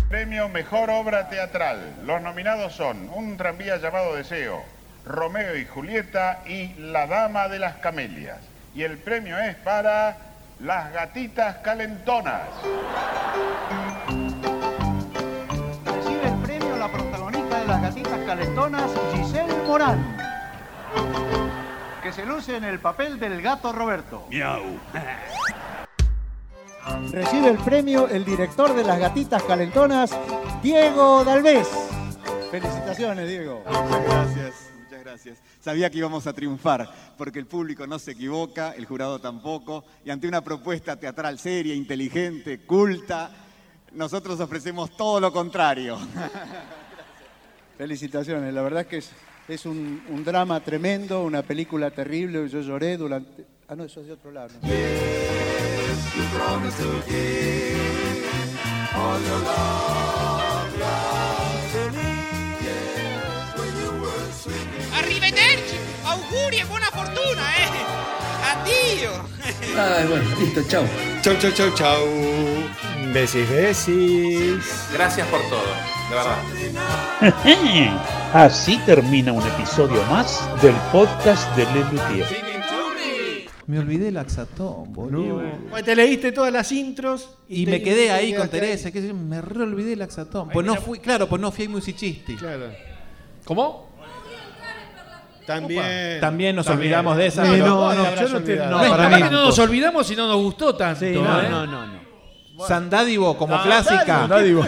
Premio Mejor Obra Teatral. Los nominados son Un tranvía llamado Deseo, Romeo y Julieta y La Dama de las Camelias. Y el premio es para Las Gatitas Calentonas. Recibe el premio la protagonista de las gatitas calentonas, Giselle Morán, que se luce en el papel del gato Roberto. Miau. Recibe el premio el director de las gatitas calentonas, Diego Dalvez. Felicitaciones, Diego. Muchas gracias, muchas gracias. Sabía que íbamos a triunfar, porque el público no se equivoca, el jurado tampoco, y ante una propuesta teatral seria, inteligente, culta, nosotros ofrecemos todo lo contrario. Felicitaciones, la verdad es que es, es un, un drama tremendo, una película terrible, yo lloré durante... Ah, no, eso es de otro lado. ¿no? Arrivederci, auguri e buona fortuna, eh! Addio! Ay, bueno, listo, chau. Chau, chau, chau, chau. Besis, besis. Gracias por todo, de verdad. Así termina un episodio más del podcast de Lelutier. Me olvidé laxatón, boludo. Pues te leíste todas las intros Y te- me quedé ahí con quedaste Teresa, qué sé yo, me re olvidé laxatón. Pues no fui, claro, pues no fui musicisti. Claro. ¿Cómo? También. También nos olvidamos de esa, pero- Ay, habrás olvidado. No, para capaz mí. que no nos olvidamos y no nos gustó tanto. no, ¿eh? Ah, no, Sandádivo como clásica. Sandádivo.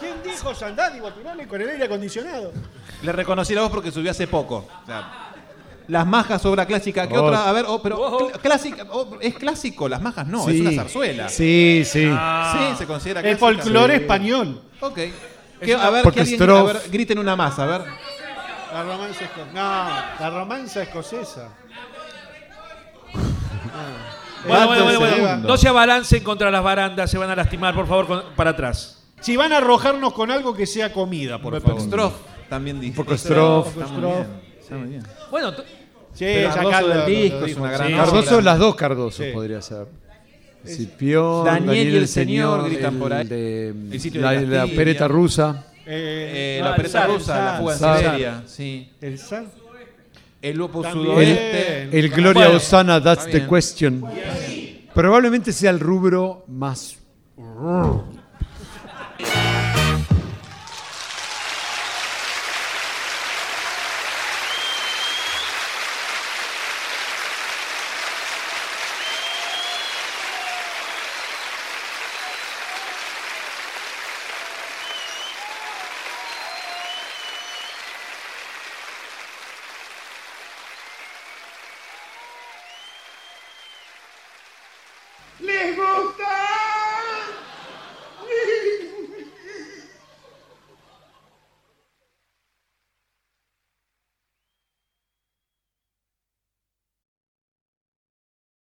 ¿Quién Viejos andad y guaturales con el aire acondicionado. Le reconocí la voz porque subió hace poco. Las majas, obra clásica. ¿Qué Oh. otra? A ver, oh, pero cl- clásica, oh, es clásico, las majas no, es Sí. una zarzuela. Sí, sí. Sí, se considera Ah. El clásica. folclore Sí. español. Ok. Que- a ver, Porque que alguien, Stroff- a ver, griten una más, a ver. La romanza escocesa. No, la romanza escocesa. Bueno, bueno, bueno, bueno. segundo. No se abalancen contra las barandas, se van a lastimar, por favor, con- para atrás. Si van a arrojarnos con algo que sea comida, por favor. Stroff también dice. Poco Stroff. Está muy Stroff. bien, está muy bien. Bueno, t- Sí, Pero ya Cardoso Carlos del lo- disco lo es una dijo. gran Sí, Cardoso, sí. las dos Cardoso Sí. podría ser. Cipión, Daniel Daniel, y el el señor, Señor, gritan el por ahí. de- El sitio la, de la Castilla. pereta rusa. Eh, ah, la el presa zar, rusa, el la zar, fuga en el zar. Siberia, sí. El zar. El Opus También. Sudoeste. El Gloria Bueno, Osana, that's está the bien. question. Probablemente sea el rubro más. ¡Les gusta!